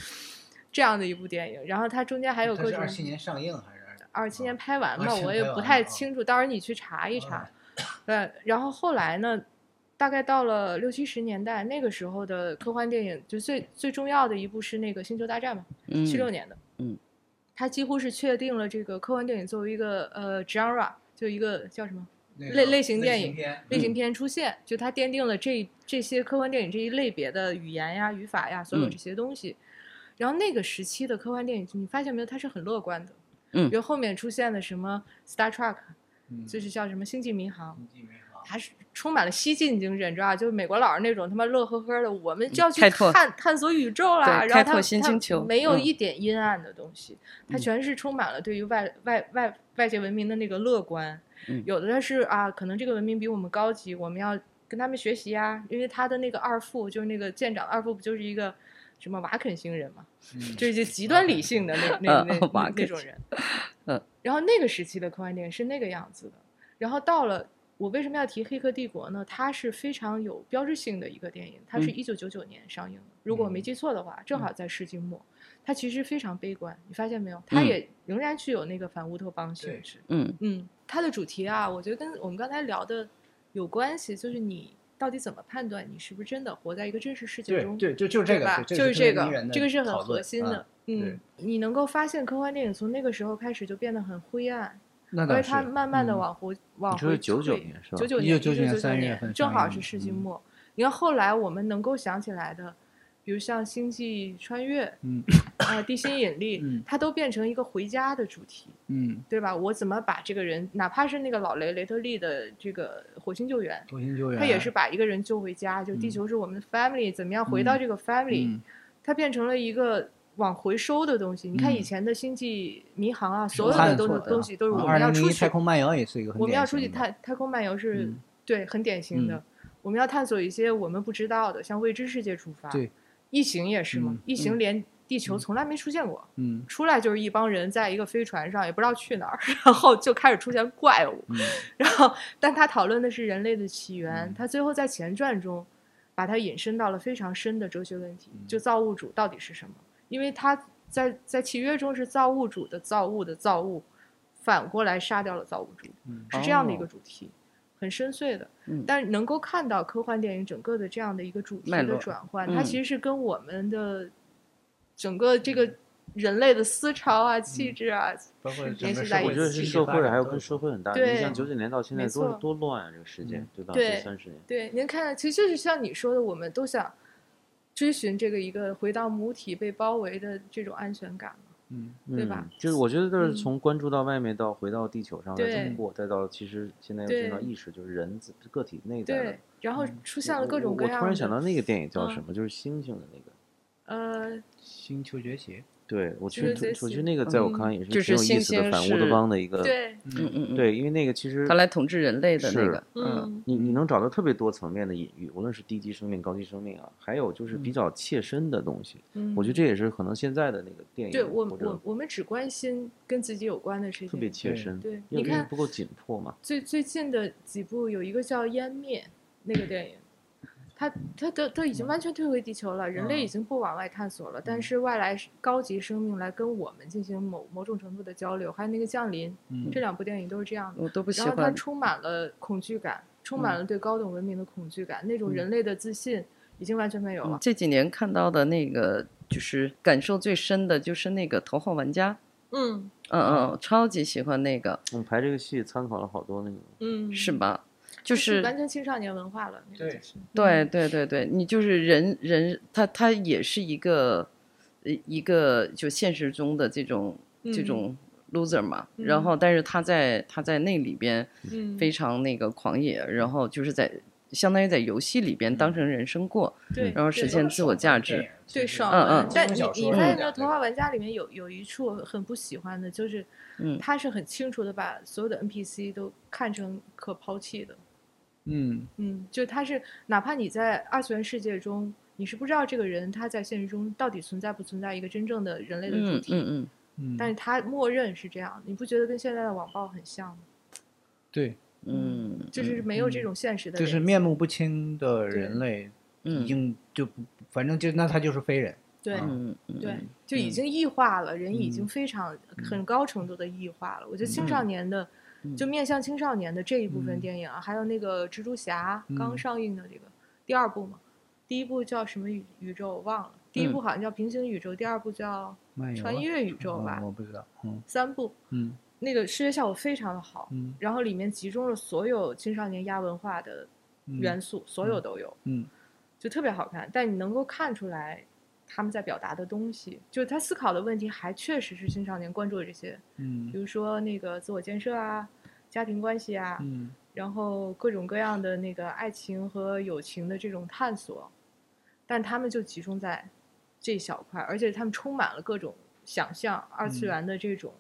S4: 这样的一部电影。然后它中间还有
S2: 嗯它
S4: 各
S2: 是
S4: 种
S2: 二七年上映还是啊二？
S4: 二七年拍完吧，
S2: 27
S4: 我也
S2: 拍完
S4: 不太
S2: 了啊嗯
S4: 清楚，到时候你去查一查。 对，然后后来呢，大概到了六七十年代，那个时候的科幻电影就最最重要的一部是那个《星球大战》嘛，
S1: 嗯，
S4: 七六年的，
S1: 嗯，
S4: 他几乎是确定了这个科幻电影作为一个呃 genre，就一个叫什么
S2: 那个
S4: 类类型电
S2: 类
S4: 影
S2: 型片
S4: 类
S1: 嗯
S4: 型片出现，就它奠定了这这些科幻电影这一类别的语言呀、语法呀，所有
S1: 嗯
S4: 这些东西。然后那个时期的科幻电影，你发现没有，它是很乐观的。
S1: 嗯
S4: 比如后面出现的什么 Star Trek，
S2: 嗯
S4: 就是叫什么星际迷航，
S2: 经济美好
S4: 还是充满了西进精神，你知道吧？就是美国佬那种他妈乐呵呵的，我们就要去
S1: 嗯开拓
S4: 探探索宇宙啦，
S1: 对
S4: 然后
S1: 开
S4: 他
S1: 拓新星球
S4: 他没有
S1: 嗯
S4: 一点阴暗的东西，它全是充满了对于外外外外界文明的那个乐观。
S1: 嗯
S4: 有的是啊，可能这个文明比我们高级，我们要跟他们学习啊，因为他的那个二副就是那个舰长二副不就是一个什么瓦肯星人嘛，
S2: 嗯
S4: 就是一些极端理性的那那那
S1: 瓦
S4: 那
S1: 肯
S4: 那种人。
S1: 嗯，
S4: 然后那个时期的科幻电影是那个样子的，然后到了。我为什么要提《黑客帝国》呢？它是非常有标志性的一个电影，它是
S1: 嗯
S4: 一九九九年上映的，如果我没记错的话，正好在世纪末。它其实非常悲观，你发现没有？它
S1: 嗯
S4: 也仍然具有那个反乌托邦性
S2: 对
S4: 质。
S1: 嗯
S4: 嗯，它的主题啊，我觉得跟我们刚才聊的有关系，就是你到底怎么判断你是不是真的活在一个真实世界
S2: 对
S4: 中？
S2: 对，就就这
S4: 对吧
S2: 个，？
S4: 就是
S2: 是
S4: 这
S2: 个特别迷
S4: 个
S2: 人，的
S4: 这个是很
S2: 讨论啊
S4: 核心的。。嗯
S2: 对，
S4: 你能够发现科幻电影从那个时候开始就变得很灰暗，
S2: 那
S4: 而
S2: 倒
S4: 且它慢慢的
S2: 嗯
S4: 往回、往
S3: 你说
S4: 回
S3: 是九九年是吧
S4: 九？九年
S2: 1999
S4: 年
S2: 年3月份
S4: 正好
S2: 上映
S4: 是
S2: 的
S4: 世纪
S2: 嗯
S4: 末。你看后来我们能够想起来的，比如像《星际穿越》
S2: 嗯
S4: 啊、地心引力》
S2: 嗯
S4: 它都变成一个回家的主题。
S2: 嗯，
S4: 对吧？我怎么把这个人，哪怕是那个老雷雷特利的这个火星救援，
S2: 多星救援
S4: 他也是把一个人救回家，就地
S2: 啊嗯
S4: 球是我们的 family，、怎么样回到这个 family，、
S2: 嗯
S4: 它变成了一个往回收的东西。你看
S2: 嗯
S4: 以前的星际迷航啊，所有
S2: 探
S4: 的都
S2: 索
S4: 是
S2: 的啊
S4: 东西都是我
S2: 二
S4: 们要
S2: 零零
S4: 出
S2: 一
S4: 去
S2: 太，空漫游也是一个很
S4: 我们要
S2: 典
S4: 出去
S2: 型的
S4: 太太空漫游是、
S2: 嗯
S4: 对很典型的、
S2: 嗯
S4: 我们要探索一些我们不知道的，向未知世界出发。
S2: 对，
S4: 异形也是嘛，
S2: 嗯
S4: 异形连地球从来没出现过。
S2: 嗯
S4: 出来就是一帮人在一个飞船上，也不知道去哪儿，然后就开始出现怪物。
S2: 嗯
S4: 然后，但他讨论的是人类的起源
S2: 嗯，
S4: 他最后在前传中把它引申到了非常深的哲学问题，
S2: 嗯
S4: 就造物主到底是什么？因为他在在契约中是造物主的造物的造物，反过来杀掉了造物主，
S2: 嗯
S4: 是这样的一个
S1: 哦
S4: 主题，很深邃的。
S1: 嗯
S4: 但是能够看到科幻电影整个的这样的一个主题
S1: 脉
S4: 的
S1: 络
S4: 转换，
S1: 嗯
S4: 它其实是跟我们的整个这
S1: 嗯
S4: 个人类的思潮啊、气质啊，
S2: 包括
S4: 是
S2: 整个
S4: 联系
S2: 社
S4: 在一
S3: 我
S2: 会
S3: 觉得
S4: 起
S2: 气
S3: 是
S2: 质
S3: 社
S2: 发
S3: 会
S2: 展
S3: 还有
S2: 都
S3: 跟
S2: 有
S3: 社会很大。
S4: 对
S3: 你想九九年到现在
S4: 没
S3: 多
S4: 错
S3: 多乱啊，这个世界
S2: 嗯
S3: 对吧？
S4: 对
S3: 三十年，
S4: 对，您看，其实就是像你说的，我们都想追寻这个一个回到母体被包围的这种安全感嘛。
S2: 嗯，
S4: 对吧
S3: 嗯？就是我觉得，就是
S4: 嗯
S3: 从关注到外面，到回到地球上，再
S4: 对
S3: 通过，再到其实现在又进入到
S4: 对
S3: 意识，就是人自个体内在的
S4: 对。，然后
S2: 嗯
S4: 出现了
S3: 我
S4: 各种
S3: 我
S4: 各样的。
S3: 我突然想到那个电影叫
S4: 嗯
S3: 什么，就是星星的那个。
S4: 呃，
S2: 星球崛起，
S3: 对我
S4: 就
S3: 去
S4: 是这，
S3: 我
S4: 些
S3: 去那个，在我
S4: 嗯
S3: 看来也是
S1: 就
S3: 挺有
S1: 是
S3: 意
S1: 星
S3: 思的，
S1: 星
S3: 反乌托
S1: 是
S3: 邦的一个。
S4: 对，
S1: 嗯嗯嗯，，
S3: 对，因为那个其实
S1: 他来统治人类的那
S3: 是
S1: 个，嗯
S4: 嗯
S3: 你你能找到特别多层面的隐喻，无论是低级生命、高级生命啊，还有就是比
S2: 嗯
S3: 较切身的东西。
S4: 嗯，
S3: 我觉得这也是可能现在的那个电影
S4: 对我
S3: 或者
S4: 我我们只关心跟自己有关的事情，
S3: 特别切
S2: 对
S3: 身，
S4: 对
S3: 因为
S4: 你看
S3: 不够紧迫嘛。
S4: 最最近的几部有一个叫《湮灭》那个电影，它它都都已经完全退回地球了，人
S3: 嗯
S4: 类已经不往外探索了，但是外来高级生命来跟我们进行某某种程度的交流，还有那个《降临》，
S2: 嗯
S4: 这两部电影都是这样的，
S1: 我都不喜
S4: 然后它
S1: 欢。嗯
S4: 充满了恐惧感，充满了对高等文明的恐惧感，那种
S2: 嗯
S4: 人类的自信已经完全没有了。
S1: 嗯这几年看到的那个，就是感受最深的，就是那个《头号玩家》。
S4: 嗯
S1: 嗯嗯，超级喜欢那个，
S3: 我们排这个戏参考了好多那个，
S4: 嗯，
S1: 是？吧？就
S4: 完
S1: 是
S4: 全青少年文化了，那个
S2: 对
S4: 就是
S1: 对对对对，你就是人人，他他也是一个呃一个就现实中的这种这
S4: 嗯
S1: 种 loser 嘛。然
S4: 嗯
S1: 后，但是他在他在那里边
S4: 嗯，
S1: 非常那个狂野，然后就是在相当于在游戏里边当成人生过，
S4: 嗯对，
S1: 然后
S4: 对
S1: 实现自我价值。
S4: 对爽
S1: 嗯
S4: 文
S1: 嗯
S4: 但你你发现没有，《头
S2: 话
S4: 号玩家》里面有有一处我很不喜欢的，就是
S1: 嗯
S4: 他是很清楚的把所有的 NPC 都看成可抛弃的，
S2: 嗯
S4: 嗯，就他是哪怕你在二次元世界中，你是不知道这个人他在现实中到底存在不存在一个真正的人类的主
S1: 嗯
S4: 体，
S1: 嗯嗯，
S2: 嗯，
S4: 但是他默认是这样，你不觉得跟现在的网暴很像吗？
S2: 对，
S1: 嗯，
S4: 就是没有这
S2: 嗯
S4: 种现实的
S2: 就
S4: 联系，
S2: 是面目不清的人
S4: 对
S2: 类，已
S1: 嗯
S2: 经就不，反正就那他就是非人，
S4: 对。
S2: 啊
S1: 嗯嗯
S4: 对，就已
S2: 嗯
S4: 经异化了，人已经
S2: 嗯
S4: 非常很高程度的异化了。我觉得青少年的，就面向青少年的这一部分
S2: 嗯
S4: 电影啊，还有那个蜘蛛侠刚
S2: 嗯
S4: 上映的这个第二部嘛，第一部叫什么宇宇宙我忘了，第一部
S1: 嗯
S4: 好像叫平行宇宙，第二部叫
S2: 漫游啊
S4: 穿越宇宙
S2: 嗯
S4: 吧，
S2: 我不知道，嗯
S4: 三部
S2: 嗯
S4: 那个视觉效果非常的好，
S2: 嗯
S4: 然后里面集中了所有青少年亚文化的
S2: 嗯
S4: 元素，所有都有。
S2: 嗯
S4: 就特别好看，但你能够看出来他们在表达的东西，就是他思考的问题，还确实是青少年关注的这些，比
S2: 嗯
S4: 如说那个自我建设啊、家庭关系啊，
S2: 嗯
S4: 然后各种各样的那个爱情和友情的这种探索，但他们就集中在这一小块儿，而且他们充满了各种想象、二
S2: 嗯
S4: 次元的这种、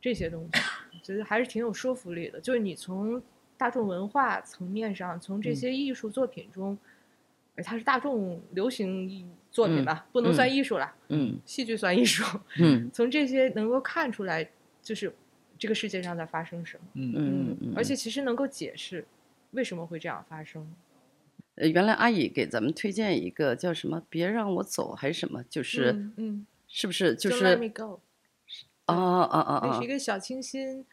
S4: 这些东西，我觉得还是挺有说服力的。就是你从大众文化层面上，从这
S2: 嗯
S4: 些艺术作品中，哎它是大众流行艺作
S2: 嗯
S4: 品吧，不能算艺术啦，
S1: 嗯
S4: 戏剧算艺术。
S1: 嗯
S4: 从这些能够看出来，就是这个世界上在发生什么。
S2: 嗯
S1: 嗯嗯，
S4: 而且其实能够解释为什么会这样发生。
S1: 呃，原来阿姨给咱们推荐一个叫什么“别让我走”还是什么，就是、
S4: 嗯，嗯
S1: 是不是就
S4: Don't
S1: 是
S4: Let Me Go，
S1: 啊啊啊
S4: 那
S1: 啊
S4: 是一！个小清新，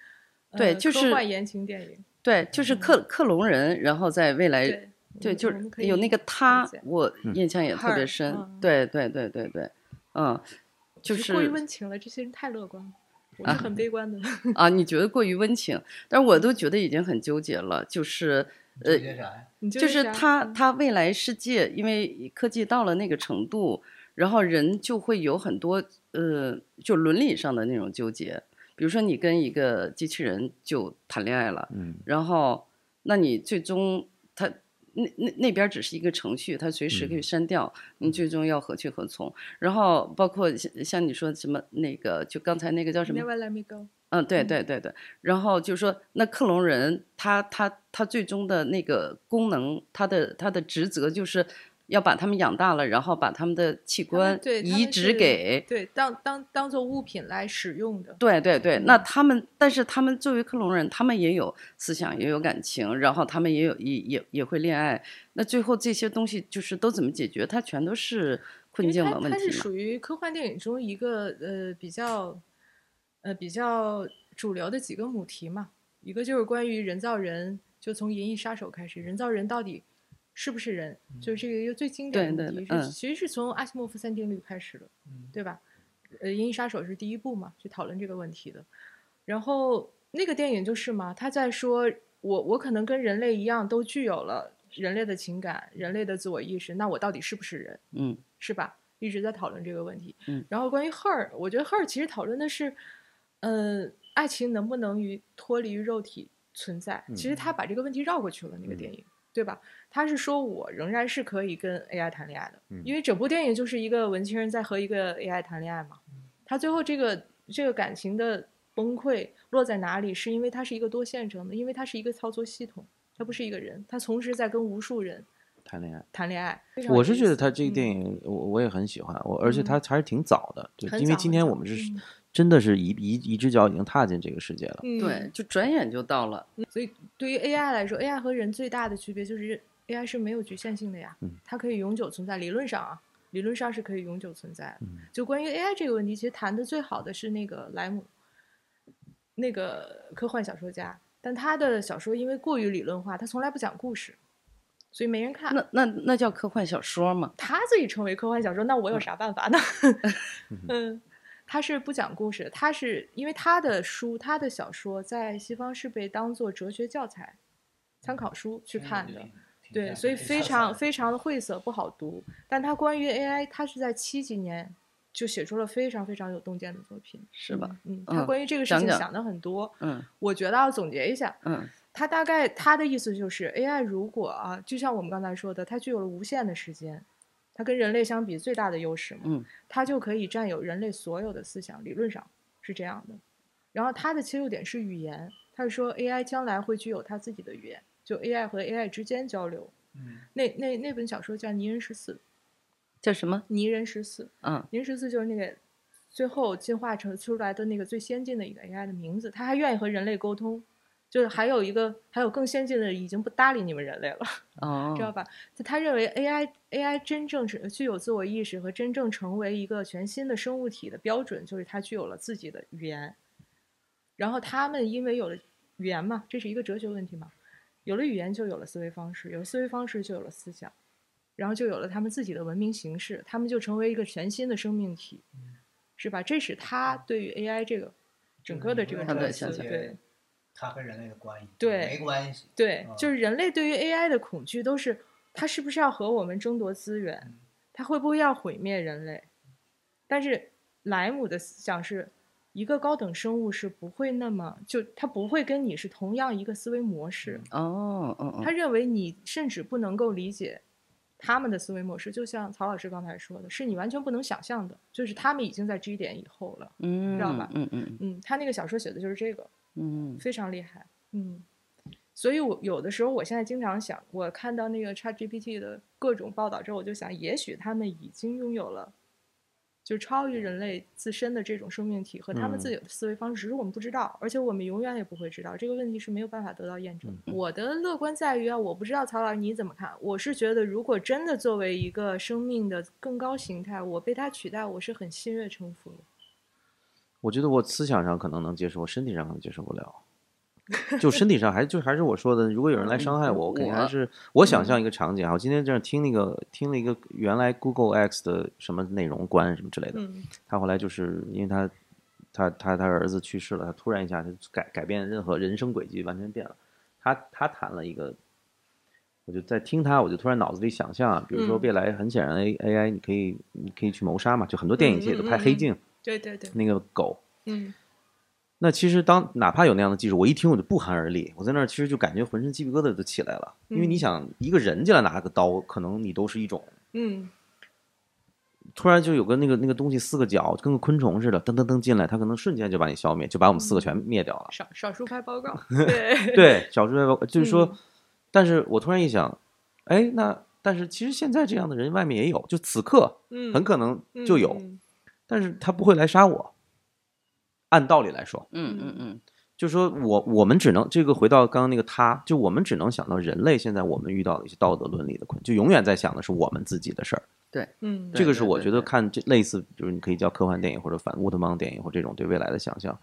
S4: 呃
S1: 对就
S4: 科
S1: 是
S4: 幻言情电影。
S1: 对，就是克克隆人，然后在未来
S4: 嗯对
S1: 哎对，就
S4: 我
S1: 是
S4: 们可以
S1: 有那个他
S4: 解，
S1: 我
S3: 嗯
S1: 印象也特别
S4: Her，
S1: 深。
S4: 嗯
S1: 对对对对对，嗯，就
S4: 过于
S1: 是
S4: 温情了，这些人太乐观了，我是很悲观的。
S1: 啊，你觉得过于温情，但是我都觉得已经很纠结了，就是呃
S2: 这，些啥呀？
S4: 你
S1: 就
S4: 这
S1: 是
S4: 样
S1: 他
S4: 嗯
S1: 他未来世界，因为科技到了那个程度，然后人就会有很多呃，就伦理上的那种纠结。比如说，你跟一个机器人就谈恋爱了，
S3: 嗯，
S1: 然后那你最终他那那那边只是一个程序，他随时可以
S3: 嗯
S1: 删掉，你最终要何去何从？然后包括像像你说什么那个，就刚才那个叫什么
S4: Never Let Me Go，
S1: 嗯，对
S4: 嗯
S1: 对对对，然后就说那克隆人他他他最终的那个功能，他的他的职责就是要把他们养大了，然后把他们的器
S4: 他们
S1: 官
S4: 对他
S1: 移
S4: 们
S1: 植
S4: 是
S1: 给
S4: 对当当当做物品来使用的。
S1: 对对对，那他们，但是他们作为克隆人，他们也有思想，也有感情，然后他们也有也也也会恋爱。那最后这些东西就是都怎么解决？它全都是困境
S4: 因为
S1: 和
S4: 它
S1: 问
S4: 它
S1: 题
S4: 是
S1: 嘛。
S4: 属于科幻电影中一个呃比较呃比较主流的几个母题嘛，一个就是关于人造人，就从《银翼杀手》开始，人造人到底是不是人，就是这个一个最经典
S1: 对
S4: 的母
S1: 嗯对
S4: 题，
S1: 嗯
S4: 是其实是从阿西莫夫三定律开始的，
S2: 嗯
S4: 对吧？呃，《银翼杀手》是第一部嘛，去讨论这个问题的。然后那个电影就是嘛，他在说我我可能跟人类一样，都具有了人类的情感、人类的自我意识，那我到底是不是人，
S1: 嗯
S4: 是吧？一直在讨论这个问题。
S1: 嗯
S4: 然后关于 her，我觉得 her 其实讨论的是，嗯、爱情能不能与脱离于肉体存在？其
S3: 嗯
S4: 实他把这个问题绕过去了，那个电影，对吧？他是说我仍然是可以跟 AI 谈恋爱的，
S3: 嗯
S4: 因为整部电影就是一个文青人在和一个 AI 谈恋爱嘛。他最后这个这个感情的崩溃落在哪里？是因为它是一个多线程的，因为它是一个操作系统，它不是一个人，它同时在跟无数人
S3: 谈恋爱。
S4: 谈恋爱。非常
S3: 我
S4: 有
S3: 是
S4: 意
S3: 觉得
S4: 思
S3: 他这个电
S4: 嗯
S3: 影，我我也很喜欢，我而且
S4: 嗯
S3: 他还是挺早的，就
S4: 很
S3: 因为
S4: 早
S3: 今
S4: 很
S3: 天
S4: 早
S3: 我们是
S4: 嗯
S3: 真的是一一一只脚已经踏进这个世界了。
S4: 嗯
S1: 对，就转眼就到了。
S4: 所以对于 AI 来说，AI 和人最大的区别就是 AI 是没有局限性的呀，
S3: 嗯
S4: 它可以永久存在。理论上啊，理论上是可以永久存在的。
S3: 嗯
S4: 就关于 AI 这个问题，其实谈的最好的是那个莱姆，那个科幻小说家，但他的小说因为过于理论化，他从来不讲故事，所以没人看。
S1: 那那那叫科幻小说吗？
S4: 他自己称为科幻小说，那我有啥办 法呢？
S1: 嗯
S4: 嗯，他是不讲故事，他是因为他的书、他的小说在西方是被当做哲学教材、参考书
S1: 嗯
S4: 去看的，对，所以非常非常的晦涩，不好读。但他关于 AI，他是在七几年就写出了非常非常有洞见的作品，
S1: 是吧？
S4: 嗯，
S1: 嗯
S4: 他关于这个事
S1: 讲
S4: 情
S1: 讲
S4: 想的很多。
S1: 嗯
S4: 我觉得要总结一下，
S1: 嗯
S4: 他大概他的意思就是，AI 如果啊，就像我们刚才说的，它具有了无限的时间，它跟人类相比最大的优势嘛，
S1: 嗯
S4: 它就可以占有人类所有的思想，理论上是这样的。然后它的切入点是语言，他是说 AI 将来会具有它自己的语言，就 AI 和 AI 之间交流。
S2: 嗯
S4: 那那那本小说叫《泥人十四》，
S1: 叫什么？
S4: 泥人十四，
S1: 嗯
S4: 泥人十四就是那个最后进化成出来的那个最先进的一个 AI 的名字，它还愿意和人类沟通，就是还有一个还有更先进的已经不搭理你们人类了，知道
S1: 哦
S4: 吧？就他认为 AI AI 真正是呃具有自我意识和真正成为一个全新的生物体的标准，就是它具有了自己的语言。然后他们因为有了语言嘛，这是一个哲学问题嘛，有了语言就有了思维方式，有了思维方式就有了思想，然后就有了他们自己的文明形式，他们就成为一个全新的生命体，是吧？这是他对于 AI 这个整个的这个
S1: 嗯他的
S4: 哲
S1: 想
S4: 思，
S1: 象
S4: 对。
S2: 它和人类的关系
S4: 对
S2: 没关系，
S4: 对，
S2: 嗯
S4: 就是人类对于 AI 的恐惧都是它是不是要和我们争夺资源
S2: 嗯，
S4: 它会不会要毁灭人类？但是莱姆的思想是一个高等生物是不会那么就它不会跟你是同样一个思维模式，
S1: 哦嗯
S4: 他
S1: 嗯，
S4: 认为你甚至不能够理解他们的思维模式，就像曹老师刚才说的，是你完全不能想象的，就是他们已经在 G 点以后了。
S1: 嗯
S4: 知道吧
S1: 嗯嗯
S4: 嗯，他那个小说写的就是这个。
S1: 嗯
S4: 非常厉害，嗯。所以我，有的时候，我现在经常想，我看到那个 ChatGPT 的各种报道之后，我就想，也许他们已经拥有了，就超于人类自身的这种生命体和他们自己的思维方式，只是我们不知道，而且我们永远也不会知道。这个问题是没有办法得到验证的。我的乐观在于啊，我不知道曹老师你怎么看？我是觉得，如果真的作为一个生命的更高形态，我被它取代，我是很心悦诚服的。
S3: 我觉得我思想上可能能接受，我身体上可能接受不 了。就身体上还就还是我说的，如果有人来
S4: 嗯
S3: 伤害我，我肯定还是我想象一个场景啊。我今天这样听那个听了一个原来 Google X 的什么内容官什么之类的，
S4: 嗯
S3: 他后来就是因为他他他他儿子去世了，他突然一下他改改变任何人生轨迹，完全变了。他他谈了一个，我就在听他，我就突然脑子里想象啊，比如说
S4: 嗯
S3: 未来很显然 A A I 你可以你可以去谋杀嘛，就很多电影界都
S4: 嗯嗯
S3: 拍
S4: 嗯
S3: 黑
S4: 嗯
S3: 镜
S4: 对对对，
S3: 那个狗，
S4: 嗯
S3: 那其实当哪怕有那样的技术，我一听我就不寒而栗。我在那儿其实就感觉浑身鸡皮疙瘩都起来了，因为
S4: 嗯
S3: 你想一个人进来拿个刀，可能你都是一种
S4: 嗯
S3: 突然就有个那个那个东西四个脚，跟个昆虫似的，噔噔噔进来，它可能瞬间就把你消灭，就把我们四个全灭掉了。
S4: 少少数派 报告，对
S3: 对，小猪外包就是说，
S4: 嗯
S3: 但是我突然一想，哎，那但是其实现在这样的人外面也有，就此刻
S4: 嗯，
S3: 很可能就有，
S4: 嗯
S3: 但是他不会来杀我。按道理来说，
S1: 嗯嗯嗯，
S3: 就是说我我们只能这个回到刚刚那个他，就我们只能想到人类现在我们遇到的一些道德伦理的困，就永远在想的是我们自己的事儿。
S4: 嗯，
S1: 对
S3: 这个是我觉得
S1: 对
S3: 看这类似，就是你可以叫科幻电影或者反乌托邦电影或这种对未来的想象，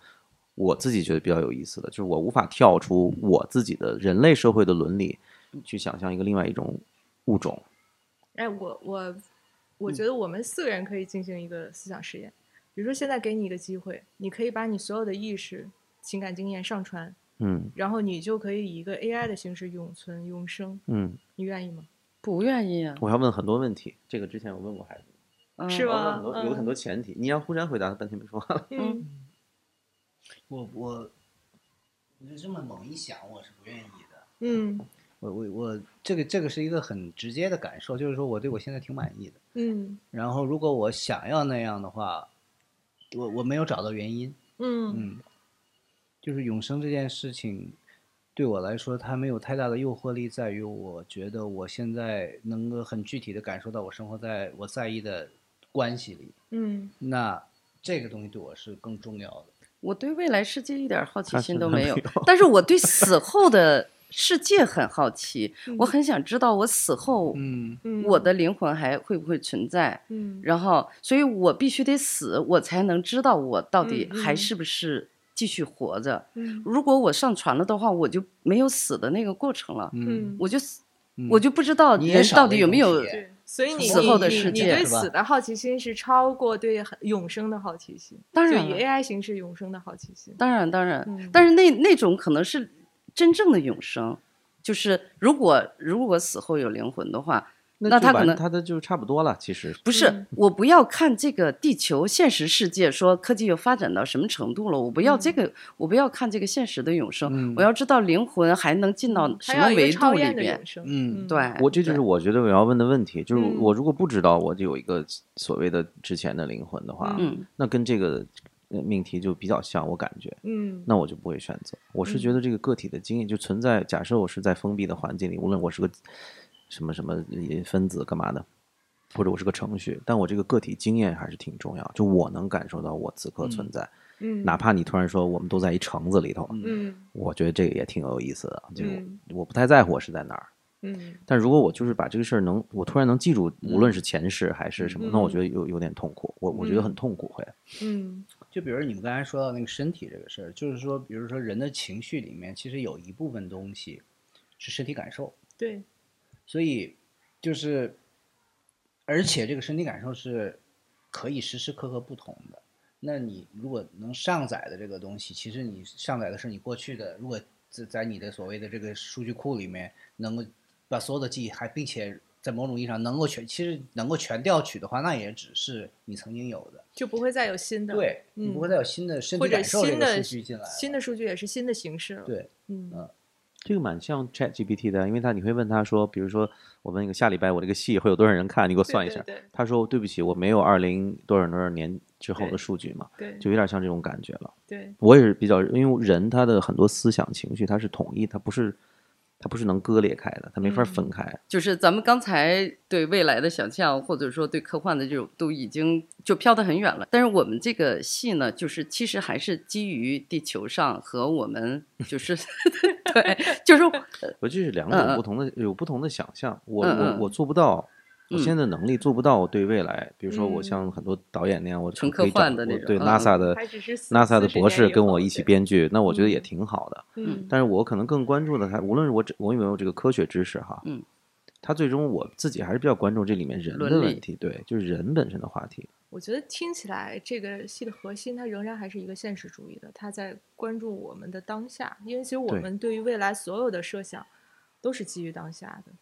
S3: 我自己觉得比较有意思的，就是我无法跳出我自己的人类社会的伦理去想象一个另外一种物种。
S4: 哎，我我
S3: 嗯
S4: 我觉得我们四个人可以进行一个思想实验，比如说现在给你一个机会，你可以把你所有的意识、情感经验上传
S3: 嗯
S4: 然后你就可以以一个 AI 的形式永存永生，
S3: 嗯，
S4: 你愿意吗？
S1: 不愿意啊，
S3: 我要问很多问题，这个之前我问过孩子，
S1: 嗯
S4: 是
S3: 我要问
S4: 吗
S3: 很多有很多前提，你要忽然回答，半天没说话。
S1: 嗯
S2: 我我我就这么猛一想，我是不愿意的。
S4: 嗯
S2: 我我我，这个这个是一个很直接的感受，就是说我对我现在挺满意的。
S4: 嗯
S2: 然后如果我想要那样的话，我我没有找到原因。
S4: 嗯
S2: 嗯，就是永生这件事情，对我来说，它没有太大的诱惑力，在于我觉得我现在能够很具体的感受到我生活在我在意的关系里，
S4: 嗯
S2: 那这个东西对我是更重要的。
S1: 我对未来世界一点好奇
S3: 他
S1: 心
S3: 是
S1: 都
S3: 没
S1: 没有
S3: 有，
S1: 但是我对死后的世界很好奇，我
S4: 嗯
S1: 很想知道我死后
S2: 嗯
S4: 嗯，
S1: 我的灵魂还会不会存在？
S4: 嗯
S1: 然后，所以我必须得死，我才能知道我到底
S4: 嗯嗯
S1: 还是不是继续活着。
S4: 嗯
S1: 如果我上船了的话，我就没有死的那个过程了，
S4: 嗯
S1: 我就死我就不知道
S2: 你也
S1: 人
S2: 少
S1: 到
S2: 了
S1: 底
S2: 一
S1: 有
S2: 种
S1: 没有
S2: 体验
S4: 对，所以你
S1: 死后的
S4: 你
S1: 世
S4: 你
S1: 界
S4: 对
S2: 是吧
S4: 死的好奇心是超过对永生的好奇心，
S1: 当
S4: 就
S1: 然
S4: 以
S1: 了
S4: AI 形式永生的好奇心。
S1: 当然，当然，
S4: 嗯
S1: 但是那那种可能是真正的永生，就是如果如果死后有灵魂的话，那
S3: 就
S1: 他可
S3: 完
S1: 能
S3: 他的就差不多了，其实
S1: 不是、
S4: 嗯
S1: 我不要看这个地球现实世界说科技又发展到什么程度了，我不
S4: 嗯
S1: 要这个，我不要看这个现实的永生，
S2: 嗯
S1: 我要知道灵魂还能进到
S4: 嗯还
S1: 什
S4: 要
S1: 么
S4: 有一
S1: 维
S4: 个
S1: 度
S4: 超
S1: 里
S4: 验的
S1: 边
S4: 永。生，
S2: 嗯
S1: 对，
S3: 我这就
S1: 对
S3: 是我觉得我要问的问题，就是
S4: 嗯
S3: 我如果不知道我就有一个所谓的之前的灵魂的话，
S1: 嗯
S3: 那跟这个呃命题就比较像，我感觉，
S4: 嗯
S3: 那我就不会选择。我是觉得这个个体的经验就存在，假设我是在封闭的环境里，无论我是个什么什么呃分子干嘛的，或者我是个程序，但我这个个体经验还是挺重要，就我能感受到我此刻存在，
S4: 嗯
S3: 哪怕你突然说我们都在一橙子里头，
S4: 嗯
S3: 我觉得这个也挺有意思的，就
S4: 嗯
S3: 我不太在乎我是在哪儿。
S4: 嗯
S3: 但如果我就是把这个事儿能，我突然能记住，无论是前世还是什么，
S4: 嗯
S3: 那我觉得有有点痛苦，我我觉得很痛苦会。
S4: 嗯
S2: 就比如你们刚才说到那个身体这个事儿，就是说，比如说人的情绪里面，其实有一部分东西是身体感受，
S4: 对
S2: 所以就是，而且这个身体感受是可以时时刻刻不同的。那你如果能上载的这个东西，其实你上载的是你过去的，如果在在你的所谓的这个数据库里面，能够把所有的记忆还并且在某种意义上能够全，其实能够全调取的话，那也只是你曾经有的。
S4: 就不会再有新的
S2: 对，你不会
S4: 嗯
S2: 再有新的身
S4: 或
S2: 体
S4: 者
S2: 感受这
S4: 新
S2: 个数
S4: 的
S2: 据进来了。
S4: 新的数据也是新的形式了。，
S2: 对，
S4: 嗯
S3: 呃这个蛮像 Chat GPT 的，因为他你会问他说，比如说我问一个下礼拜我这个戏会有多少人看，你给我
S4: 对
S3: 算一
S4: 对
S3: 下。
S4: 对
S3: 他说对不起，我没有二零多少多少年之后的
S4: 对
S3: 数据嘛，
S4: 对
S3: 就有点像这种感觉了。
S4: 对
S3: 我也是比较，因为人他的很多思想情绪他是统一，他不是他不是能割裂开的，他没法
S4: 嗯
S3: 分开。
S1: 就是咱们刚才对未来的想象，或者说对科幻的这种，都已经就飘得很远了。但是我们这个戏呢，就是其实还是基于地球上和我们就是 对， 就是
S3: 我这是两
S1: 嗯
S3: 种
S1: 嗯
S3: 不同的，有不同的想象。我
S1: 嗯
S3: 我
S1: 嗯
S3: 我做不到，我
S1: 嗯
S3: 现在能力做不到对未来，比如说我
S4: 嗯
S3: 像很多导演那样，我
S1: 纯
S3: 可以
S1: 科幻
S3: 找
S1: 的
S3: 我
S1: 那种
S3: 对
S1: 嗯
S3: NASA 的
S4: 还只是四
S3: NASA 的
S4: 40
S3: 博
S4: 年
S3: 士
S4: 以
S3: 跟我
S4: 后
S3: 一起
S4: 对
S3: 编剧，那我觉得也
S4: 嗯
S3: 挺好的。
S4: 嗯
S3: 但是我可能更关注的还，无论是我只我有没有这个科学知识哈，
S1: 嗯，
S3: 他最终我自己还是比较关注这里面人
S1: 伦
S3: 的
S1: 理
S3: 问题，对，就是人本身的话题。
S4: 我觉得听起来这个戏的核心，它仍然还是一个现实主义的，它在关注我们的当下，因为其实我
S3: 对
S4: 们对于未来所有的设想都是基于当下的。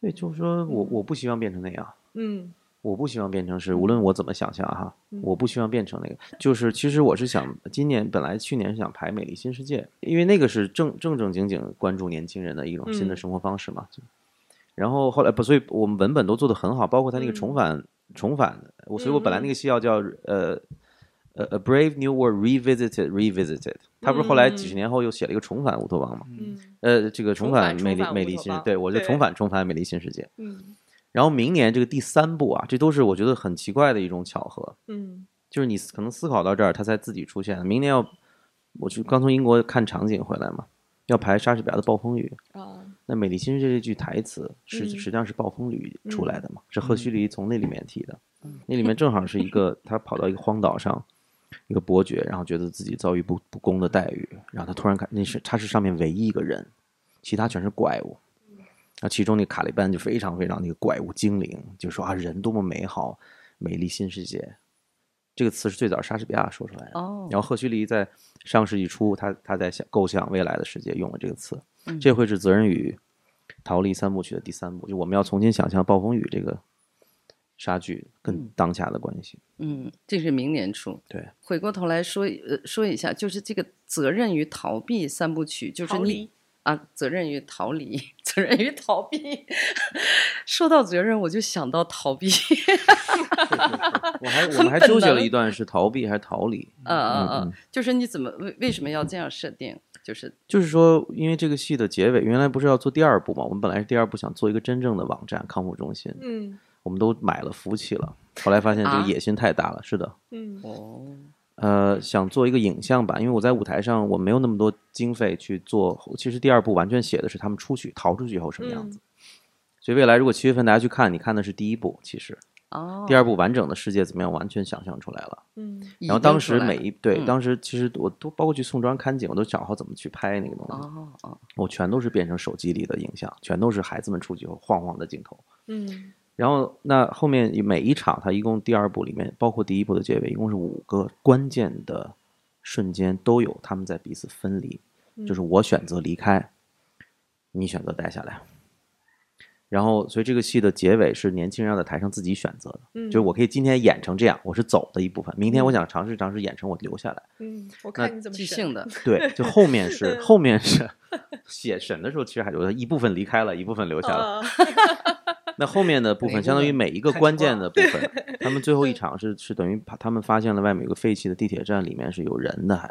S3: 对，就是说我
S4: 嗯
S3: 我不希望变成那样。
S4: 嗯
S3: 我不希望变成是，无论我怎么想象哈，
S4: 嗯
S3: 我不希望变成那个。就是其实我是想，今年本来去年是想排《美丽新世界》，因为那个是正正正经经关注年轻人的一种新的
S4: 嗯
S3: 生活方式嘛。就然后后来不，所以我们文本都做得很好，包括他那个
S4: 嗯
S3: 重返、重返，我所以我本来
S4: 嗯嗯
S3: 那个戏要叫呃呃《A Brave New World Revisited Revisited》，他不是后来几十
S4: 嗯
S3: 年后又写了一个重返乌托邦嘛？
S4: 嗯
S3: 呃，这个
S4: 重
S3: 重
S4: 返
S3: 返美
S4: 重
S3: 丽
S4: 返
S3: 美
S4: 乌
S3: 丽
S4: 托
S3: 新世，
S4: 邦
S3: 对我就
S4: 对
S3: 重返重返美丽新世界。
S4: 嗯
S3: 然后明年这个第三部啊，这都是我觉得很奇怪的一种巧合，
S4: 嗯
S3: 就是你思可能思考到这儿，它才自己出现。明年要，我去刚从英国看场景回来嘛，要排莎士比亚的《暴风雨》，
S4: 啊
S3: 那《美丽新世界》这句台词实
S4: 嗯
S3: 实际上是《暴风雨》出来的嘛，是赫胥黎从那里面提的，那里面正好是一个他跑到一个荒岛上。一个伯爵，然后觉得自己遭遇不不公的待遇，然后他突然看，那是他是上面唯一一个人，其他全是怪物。那其中那卡利班就非常非常那个怪物精灵，就说啊人多么美好，美丽新世界，这个词是最早莎士比亚说出来的。
S1: 哦，
S3: 然后赫胥黎在上世纪初，他他在想构想未来的世界用了这个词，
S1: 嗯
S3: 这会是《责任与逃离》三部曲的第三部，就我们要重新想象暴风雨这个莎剧跟当下的关 系。
S1: 嗯，这是明年出。
S3: 对，
S1: 回过头来说，呃，说一下，就是这个责任与逃避三部曲，就是
S4: 逃
S1: 你
S4: 离
S1: 啊，责任与逃离， 责任与逃避。 说到责任，我就想到逃避。
S3: 我还我们
S1: 很
S3: 还
S1: 本
S3: 纠结了
S1: 能
S3: 一段是逃避还是逃离，
S1: 嗯嗯
S3: 嗯
S1: 嗯，就是你怎么为为什么要这样设定？就是
S3: 就是说，因为这个戏的结尾原来不是要做第二部嘛，我们本来是第二部想做一个真正的网站康复中心，
S4: 嗯
S3: 我们都买了服务器了，后来发现这个
S1: 啊
S3: 野心太大了，是的。
S4: 嗯
S1: 哦，
S3: 呃，想做一个影像版，因为我在舞台上我没有那么多经费去做。其实第二部完全写的是他们出去逃出去以后什么
S4: 嗯
S3: 样
S1: 嗯
S3: 子，所以未来如果七月份大家去看，你看的是第一部，其实
S1: 哦，
S3: 第二部完整的世界怎么样完全想象出来了。
S4: 嗯
S1: 已
S3: 然后
S1: 经
S3: 当
S1: 出
S3: 时
S1: 来
S3: 每
S1: 了
S3: 一对、
S1: 嗯
S3: 当时其实我都包括去宋庄看景，我都找好怎么去拍那个东西，
S1: 哦哦，
S3: 我全都是变成手机里的影像，全都是孩子们出去以后晃晃的镜头。
S4: 嗯
S3: 然后那后面每一场，它一共第二部里面包括第一部的结尾，一共是五个关键的瞬间都有他们在彼此分离，就是我选择离开，你选择待下来。然后，所以这个戏的结尾是年轻人要在台上自己选择的，
S4: 嗯，
S3: 就是我可以今天演成这样，我是走的一部分，明天我想尝试尝试演成我留下来。
S4: 嗯，我
S3: 那
S4: 看你怎么
S1: 即
S4: 选
S1: 兴 的，
S3: 对，就后面是后面是写审的时候，其实还有一部分离开了，一部分留下来。
S4: 啊
S3: 那后面的部
S2: 每
S3: 分，
S2: 一
S3: 相当于
S2: 部分
S3: 每一个
S2: 看
S3: 关
S2: 情
S3: 键的部 分，他们最后一场是是等于把他们发现了外面有个废弃的地铁站，里面是有人的还，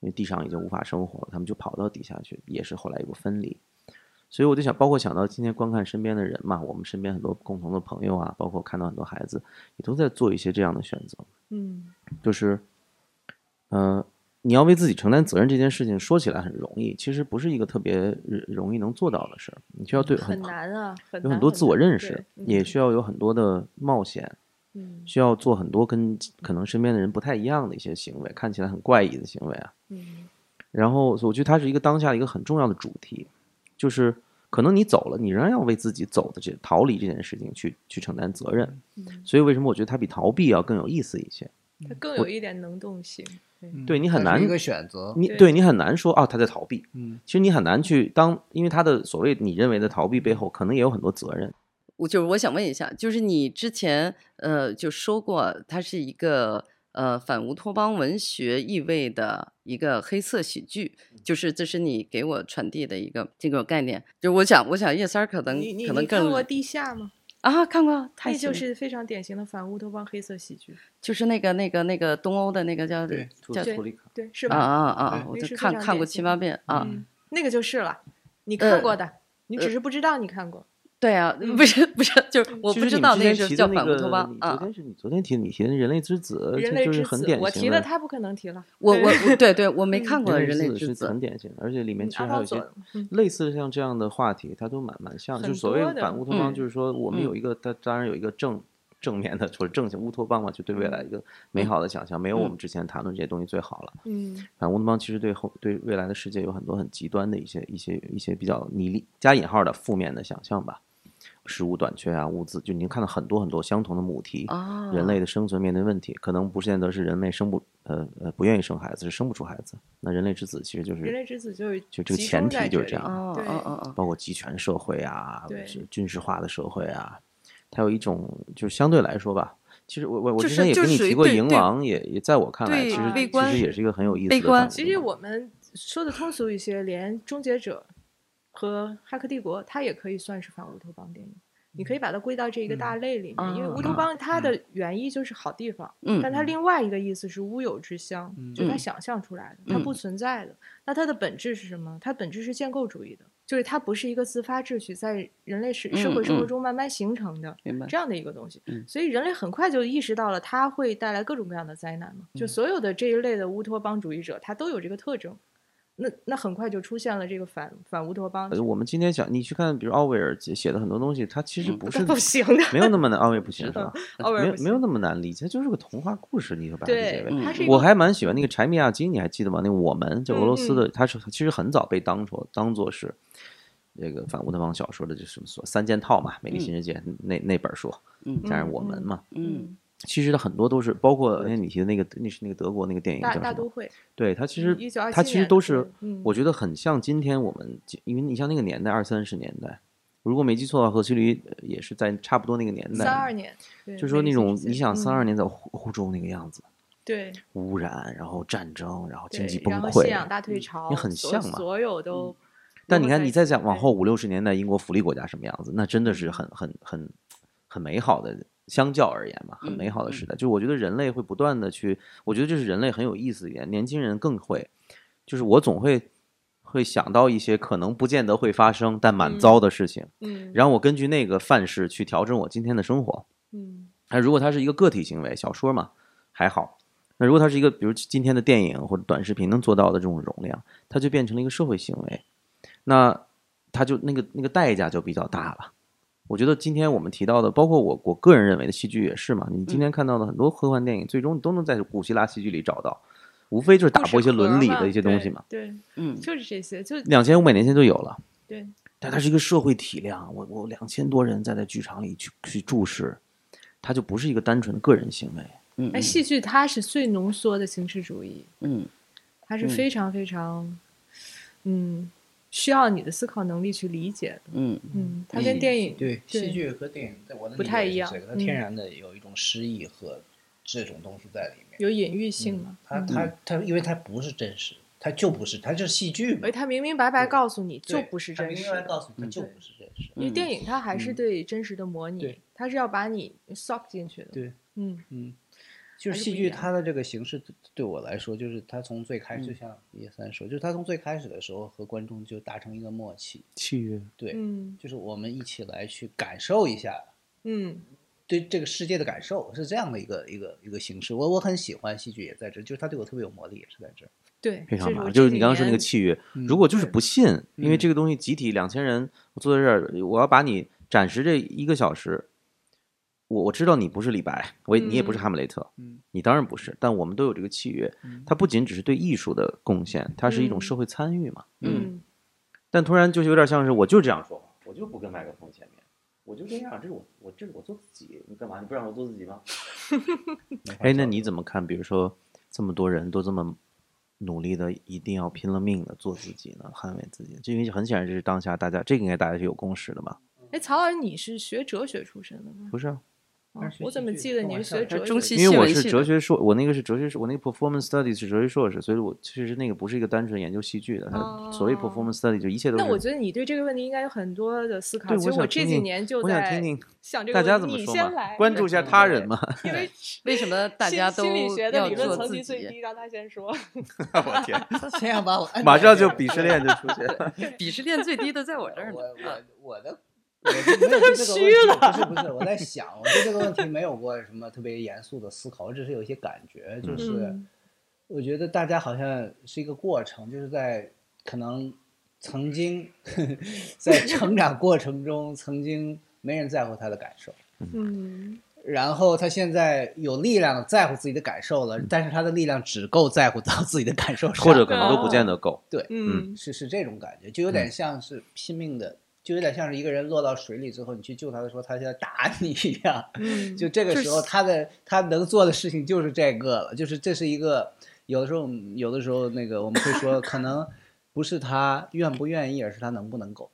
S3: 因为地上已经无法生活了，他们就跑到地下去，也是后来有个分离。所以我就想，包括想到今天观看身边的人嘛，我们身边很多共同的朋友啊，包括看到很多孩子，也都在做一些这样的选择，
S4: 嗯
S3: 就是，呃，你要为自己承担责任这件事情，说起来很容易，其实不是一个特别呃容易能做到的事儿，你需要对
S4: 很难啊，很
S3: 有很
S4: 难
S3: 多自我
S4: 难
S3: 认识，
S4: 对
S3: 也
S4: 嗯
S3: 需要有很多的冒险，
S4: 嗯
S3: 需要做很多跟可能身边的人不太一样的一些行为，看起来很怪异的行为啊。
S4: 嗯
S3: 然后我觉得它是一个当下一个很重要的主题，就是可能你走了，你仍然要为自己走的这逃离这件事情去去承担责任。
S4: 嗯，
S3: 所以为什么我觉得它比逃避要更有意思一些？
S4: 它更有一点能动性，
S3: 对
S2: 嗯
S3: 你
S2: 它
S3: 很
S2: 是
S3: 难
S2: 一个选择，
S3: 你
S4: 对
S3: 对你很难说啊，他在逃避。
S2: 嗯，
S3: 其实你很难去当，因为他的所谓你认为的逃避背后，可能也有很多责任。
S1: 我就是我想问一下，就是你之前呃就说过，它是一个呃反乌托邦文学意味的一个黑色喜剧，
S4: 嗯
S1: 就是这是你给我传递的一个这个概念。就我想，我想叶三儿可能
S4: 你你
S1: 可能
S4: 你看
S1: 更
S4: 过《地下》吗？
S1: 啊看过，太
S4: 那就
S1: 喜欢
S4: 是非常典型的反乌托邦黑色喜剧，
S1: 就是那个那个那个东欧的那个叫
S2: 对
S1: 叫
S4: 对
S3: 里卡，
S4: 对，是
S1: 啊
S4: 吧？
S1: 啊啊，
S2: 对
S1: 我
S4: 那
S1: 就是
S4: 非
S1: 看
S4: 常
S1: 看
S4: 典
S1: 过
S4: 型
S1: 七八遍啊。
S4: 嗯，那个就是了，你
S1: 呃
S4: 看过的，你只
S1: 呃
S4: 是不知道你看过。
S1: 对啊，
S4: 嗯
S1: 不是不是，就是我
S3: 其
S1: 不
S3: 实
S1: 知
S3: 你
S1: 道
S3: 之
S1: 那
S3: 前
S1: 是
S3: 提
S1: 叫
S3: 的那
S1: 反
S3: 个
S1: 乌托邦
S3: 你昨
S1: 啊。
S3: 天是你昨天提的，你提的《人类之
S1: 呃
S3: 子》，
S4: 人
S3: 这
S4: 类
S3: 就是
S4: 之
S3: 很
S4: 子
S3: 典，型
S4: 我提了，他不可能提了。
S1: 我我 我对对，我没
S4: 嗯
S1: 看过《人类之
S3: 是
S1: 子
S3: 很》。典型的，而且里面
S4: 嗯
S3: 其实
S4: 阿
S3: 还有
S4: 道
S3: 一些
S4: 佐，嗯
S3: 类似像这样的话题，它都蛮蛮像。就是
S4: 很
S3: 所谓
S4: 多的
S3: 反乌托邦，
S1: 嗯
S3: 就是说我们
S1: 嗯
S3: 有一个，它当然有一个正正面的或者正向乌托邦嘛，就对未
S1: 嗯
S3: 来一个美好的想象，没有我们之前谈论这些东西最好了。
S4: 嗯
S3: 反乌托邦其实对后对未来的世界有很多很极端的一些一些一些比较你理加引号的负面的想象吧，食物短缺啊，物资，就你能看到很多很多相同的母题
S1: 啊，
S3: 人类
S4: 嗯
S3: 的生存面对问题，可能不见得是人类生不呃呃不愿意生孩子，是生不出孩子。那人类之子其实就
S4: 人
S3: 是
S4: 类之子就
S3: 就这个
S4: 集
S3: 前
S4: 中
S3: 提
S4: 在
S3: 就是
S4: 这
S3: 这
S4: 里
S3: 样
S1: 哦
S4: 对
S1: 哦哦哦，
S3: 包括集权社会啊，
S4: 对
S3: 是军事化的社会啊，它有一种就是相对来说吧，其实我我我
S1: 就是
S3: 之前也
S1: 就
S3: 跟你
S1: 属于
S3: 提过《
S1: 对
S3: 蝇
S1: 对
S3: 王》，也也在我看来，
S1: 对
S3: 其实
S4: 微
S3: 其
S1: 观
S3: 实也是一个很有意思的
S1: 悲
S3: 反乌托
S1: 观
S3: 邦。
S4: 其实我们说的通俗一些，连《终结者》和《骇客帝国》，它也可以算是反乌托邦电影。你可以把它归到这一个大类里面，因为
S1: 嗯啊
S4: 乌托邦它的原意就是好地方，
S1: 嗯
S4: 但它另外一个意思是乌有之乡，
S2: 嗯
S4: 就它想象出来的，它
S1: 嗯
S4: 不存在的。那它的本质是什么？它本质是建构主义的，就是它不是一个自发秩序在人类社社
S1: 嗯
S4: 会生活
S1: 嗯
S4: 中慢慢形成的。
S1: 明白。
S4: 这样的一个东西
S1: 嗯。
S4: 所以人类很快就意识到了它会带来各种各样的灾难嘛。
S3: 嗯
S4: 就所有的这一类的乌托邦主义者，他都有这个特征。那那很快就出现了这个反反乌托邦，
S3: 呃我们今天想你去看，比如奥威尔写写的很多东西，它其实不呃是
S4: 嗯 不行的。
S3: 没有那么难，奥威尔 不行是吧？
S4: 奥威尔
S3: 没有
S4: 不行
S3: 没有那么难理解，它就是个童话故事，你就把它理解
S4: 对
S3: 为。，
S4: 它是一
S3: 我
S4: 个
S3: 还蛮喜欢那个柴米亚金，你还记得吗？那个我们就俄罗斯
S4: 嗯
S3: 的，他是其实很早被当成当做是这个反乌托邦
S4: 嗯
S3: 小说的这什么所三件套嘛，《美丽新世界》那那本书，
S1: 嗯
S3: 加上我们嘛，
S1: 嗯，
S3: 其实它很多都是，包括哎那你提的那个，那是那个德国那个电影叫
S4: 大
S3: 什
S4: 大
S3: 么
S4: 都？会，
S3: 对，它其实
S4: 1927
S3: 它其实
S4: 年
S3: 都
S4: 的
S3: 是
S4: 嗯，
S3: 我觉得很像今天我们，因为你像那个年代二三十年代，如果没记错的话，何其驴呃也是在差不多那个年代，
S4: 三二年，对
S3: 就说那
S4: 美丽
S3: 种
S4: 新世界
S3: 你想三二
S4: 嗯
S3: 年在欧欧洲那个样子，
S4: 对
S3: 污染，然后战争，然后经
S4: 对
S3: 济崩
S4: 然后
S3: 溃，
S4: 信仰大退潮，
S3: 也很
S4: 所
S3: 像嘛嗯
S4: 所有都。
S3: 但
S4: 如
S3: 你
S4: 果
S3: 看，你再想往
S4: 对
S3: 后五六十年代英国福利国家什么样子，那真的是很很很很美好的，相较而言嘛，
S4: 嗯
S3: 很美好的时代。就是我觉得人类会不断的去，我觉得这是人类很有意思的一点，年轻人更会，就是我总会会想到一些可能不见得会发生但蛮
S4: 嗯
S3: 糟的事情，
S4: 嗯，
S3: 然后我根据那个范式去调整我今天的生活。
S4: 嗯
S3: 那如果它是一个个体行为，小说嘛还好。那如果它是一个，比如今天的电影或者短视频能做到的这种容量，它就变成了一个社会行为，那它就那个那个代价就比较大了。我觉得今天我们提到的，包括我我个人认为的戏剧也是嘛，你
S4: 嗯
S3: 今天看到的很多科幻电影，最终你都能在古希腊戏剧里找到，无非就是打
S4: 故事
S3: 破一些
S4: 壳
S3: 伦理
S4: 嘛
S3: 的一些东西
S4: 对
S3: 嘛。
S4: 对，
S1: 嗯，
S4: 就是这些，就
S3: 两千五百年前就有了，
S4: 对，
S3: 但它是一个社会体量，我我两千多人在在剧场里去去注视，它就不是一个单纯的个人行为。
S1: 嗯
S4: 哎，戏剧它是最浓缩的形式主义，
S1: 嗯
S4: 它是
S1: 嗯
S4: 非常非常，嗯，需要你的思考能力去理解的。
S1: 嗯
S4: 嗯，它跟
S2: 嗯
S4: 电影
S2: 对戏
S4: 对
S2: 剧和电影，在我的
S4: 不
S2: 理
S4: 太
S2: 解
S4: 一
S2: 是
S4: 样
S2: 这个它
S4: 嗯
S2: 天然的有一种诗意和这种东西在里面。
S4: 有隐喻性嘛？
S2: 它
S4: 嗯
S2: 它它，因为它不是真实，它就不是，它就是戏剧嘛
S4: 而。哎它明明白白
S2: 对
S4: 告诉你就
S2: 对
S4: 不是
S2: 它
S4: 真
S2: 明
S4: 实
S2: 白
S4: 的
S2: 告诉你，它
S3: 嗯
S2: 就
S4: 对
S2: 不是真实。
S4: 因为电影它还是
S2: 嗯
S4: 对真实的模拟
S2: 对，
S4: 它是要把你 suck 进去的。
S2: 对，
S4: 嗯，
S2: 嗯，就
S4: 还
S2: 是戏
S4: 是不一
S2: 剧
S4: 样
S2: 它的这个形式对对我来说，就是它从最开始，就
S1: 嗯
S2: 像叶三说，就是它从最开始的时候和观众就达成一个默契，
S3: 契约，
S2: 对，
S4: 嗯
S2: 就是我们一起来去感受一下
S4: 嗯，
S2: 对这个世界的感受，是这样的一个一个一个形式。我我很喜欢戏剧，也在这儿，就是它对我特别有魔力，也是在这儿。
S4: 对，
S3: 非常
S4: 这是我
S3: 麻，就是
S4: 这
S3: 你
S4: 几
S3: 刚刚说那
S4: 年
S3: 个契约，
S2: 嗯
S3: 如果就是
S4: 对
S3: 不信，因为
S2: 嗯
S3: 这个东西集体两千人，我坐在这儿，我要把你展示这一个小时，我我知道你不是李白，我也你也不是
S4: 嗯
S3: 哈姆雷特，
S2: 嗯
S3: 你当然不是，但我们都有这个契约，
S2: 嗯
S3: 它不仅只是对艺术的贡献，它是一种
S4: 嗯
S3: 社会参与嘛。
S4: 嗯
S3: 但突然就是有点像是我就这样说话，我就不跟麦克风前面，我就这样，这是我我这是我做自己，你干嘛？你不让我做自己吗？
S4: 嗯
S3: 哎，那你怎么看？比如说这么多人都这么努力的，一定要拼了命的做自己呢，捍卫自己，这因为很显然这是当下大家这个应该大家是有共识的吧？
S4: 哎，曹老师，你是学哲学出身的吗？
S3: 不是啊，
S4: 哦
S2: 但是学
S4: 我怎
S2: 戏
S4: 么
S2: 剧
S4: 记得
S2: 开
S4: 你是
S2: 玩笑
S4: 学
S2: 的
S4: 哲
S1: 中
S4: 学
S1: 戏
S4: 的？
S1: 系
S3: 因为我
S1: 文
S3: 是
S1: 系
S3: 哲
S1: 的
S3: 学硕，我那个是哲学硕，我那个 performance studies 是哲学硕士，所以我其实那个不是一个单纯研究戏剧的，它所谓
S4: 哦
S3: performance study 就一切都是。
S4: 那我觉得你对这个问题应该有很多的思考。
S3: 对
S4: 其
S3: 我
S4: 实
S3: 想
S4: 我这
S3: 听
S4: 几
S3: 听
S4: 年就
S3: 我想
S4: 在
S3: 听听
S4: 想这个
S3: 大家
S4: 问
S3: 怎
S4: 题
S3: 么
S4: 你
S3: 说
S4: 先
S3: 嘛
S4: 来，
S3: 关注一下他人嘛。
S4: 因为
S1: 为什么大
S4: 心
S1: 家都
S4: 心理学的
S1: 要
S4: 理论
S1: 做
S4: 层
S1: 自
S4: 级最
S1: 己？
S4: 低，让他先 说。
S3: 我天，
S2: 先要把我摁
S3: 马
S2: 在
S3: 上
S2: 这
S3: 就
S2: 儿
S3: 鄙视链就出现了。
S1: 鄙视链最低的在我这儿呢
S2: 我。
S1: 啊
S2: 我我的我就没有对这个
S4: 虚
S2: 问题
S4: 了
S2: 不是不是，我在想，我对这个问题没有过什么特别严肃的思考，我只是有一些感觉，就
S3: 嗯
S2: 是我觉得大家好像是一个过程，就是在可能曾经 在成长过程中，曾经没人在乎他的感受。
S4: 嗯，
S2: 然后他现在有力量地在乎自己的感受了，但是他的力量只够在乎到自己的感受上，
S3: 嗯或者可能
S4: 啊
S3: 都不见得够。
S2: 对，
S4: 嗯
S2: 是是这种感觉，就有点
S3: 嗯
S2: 像是拼命的，就有点像是一个人落到水里之后，你去救他的时候，他在打你一样。
S4: 嗯，
S2: 就这个
S4: 就
S2: 时候，
S4: 是
S2: 他的他能做的事情就是这个了，就是这是一个有的时候有的时候那个我们会说，可能不是他愿不愿意，而是他能不能够，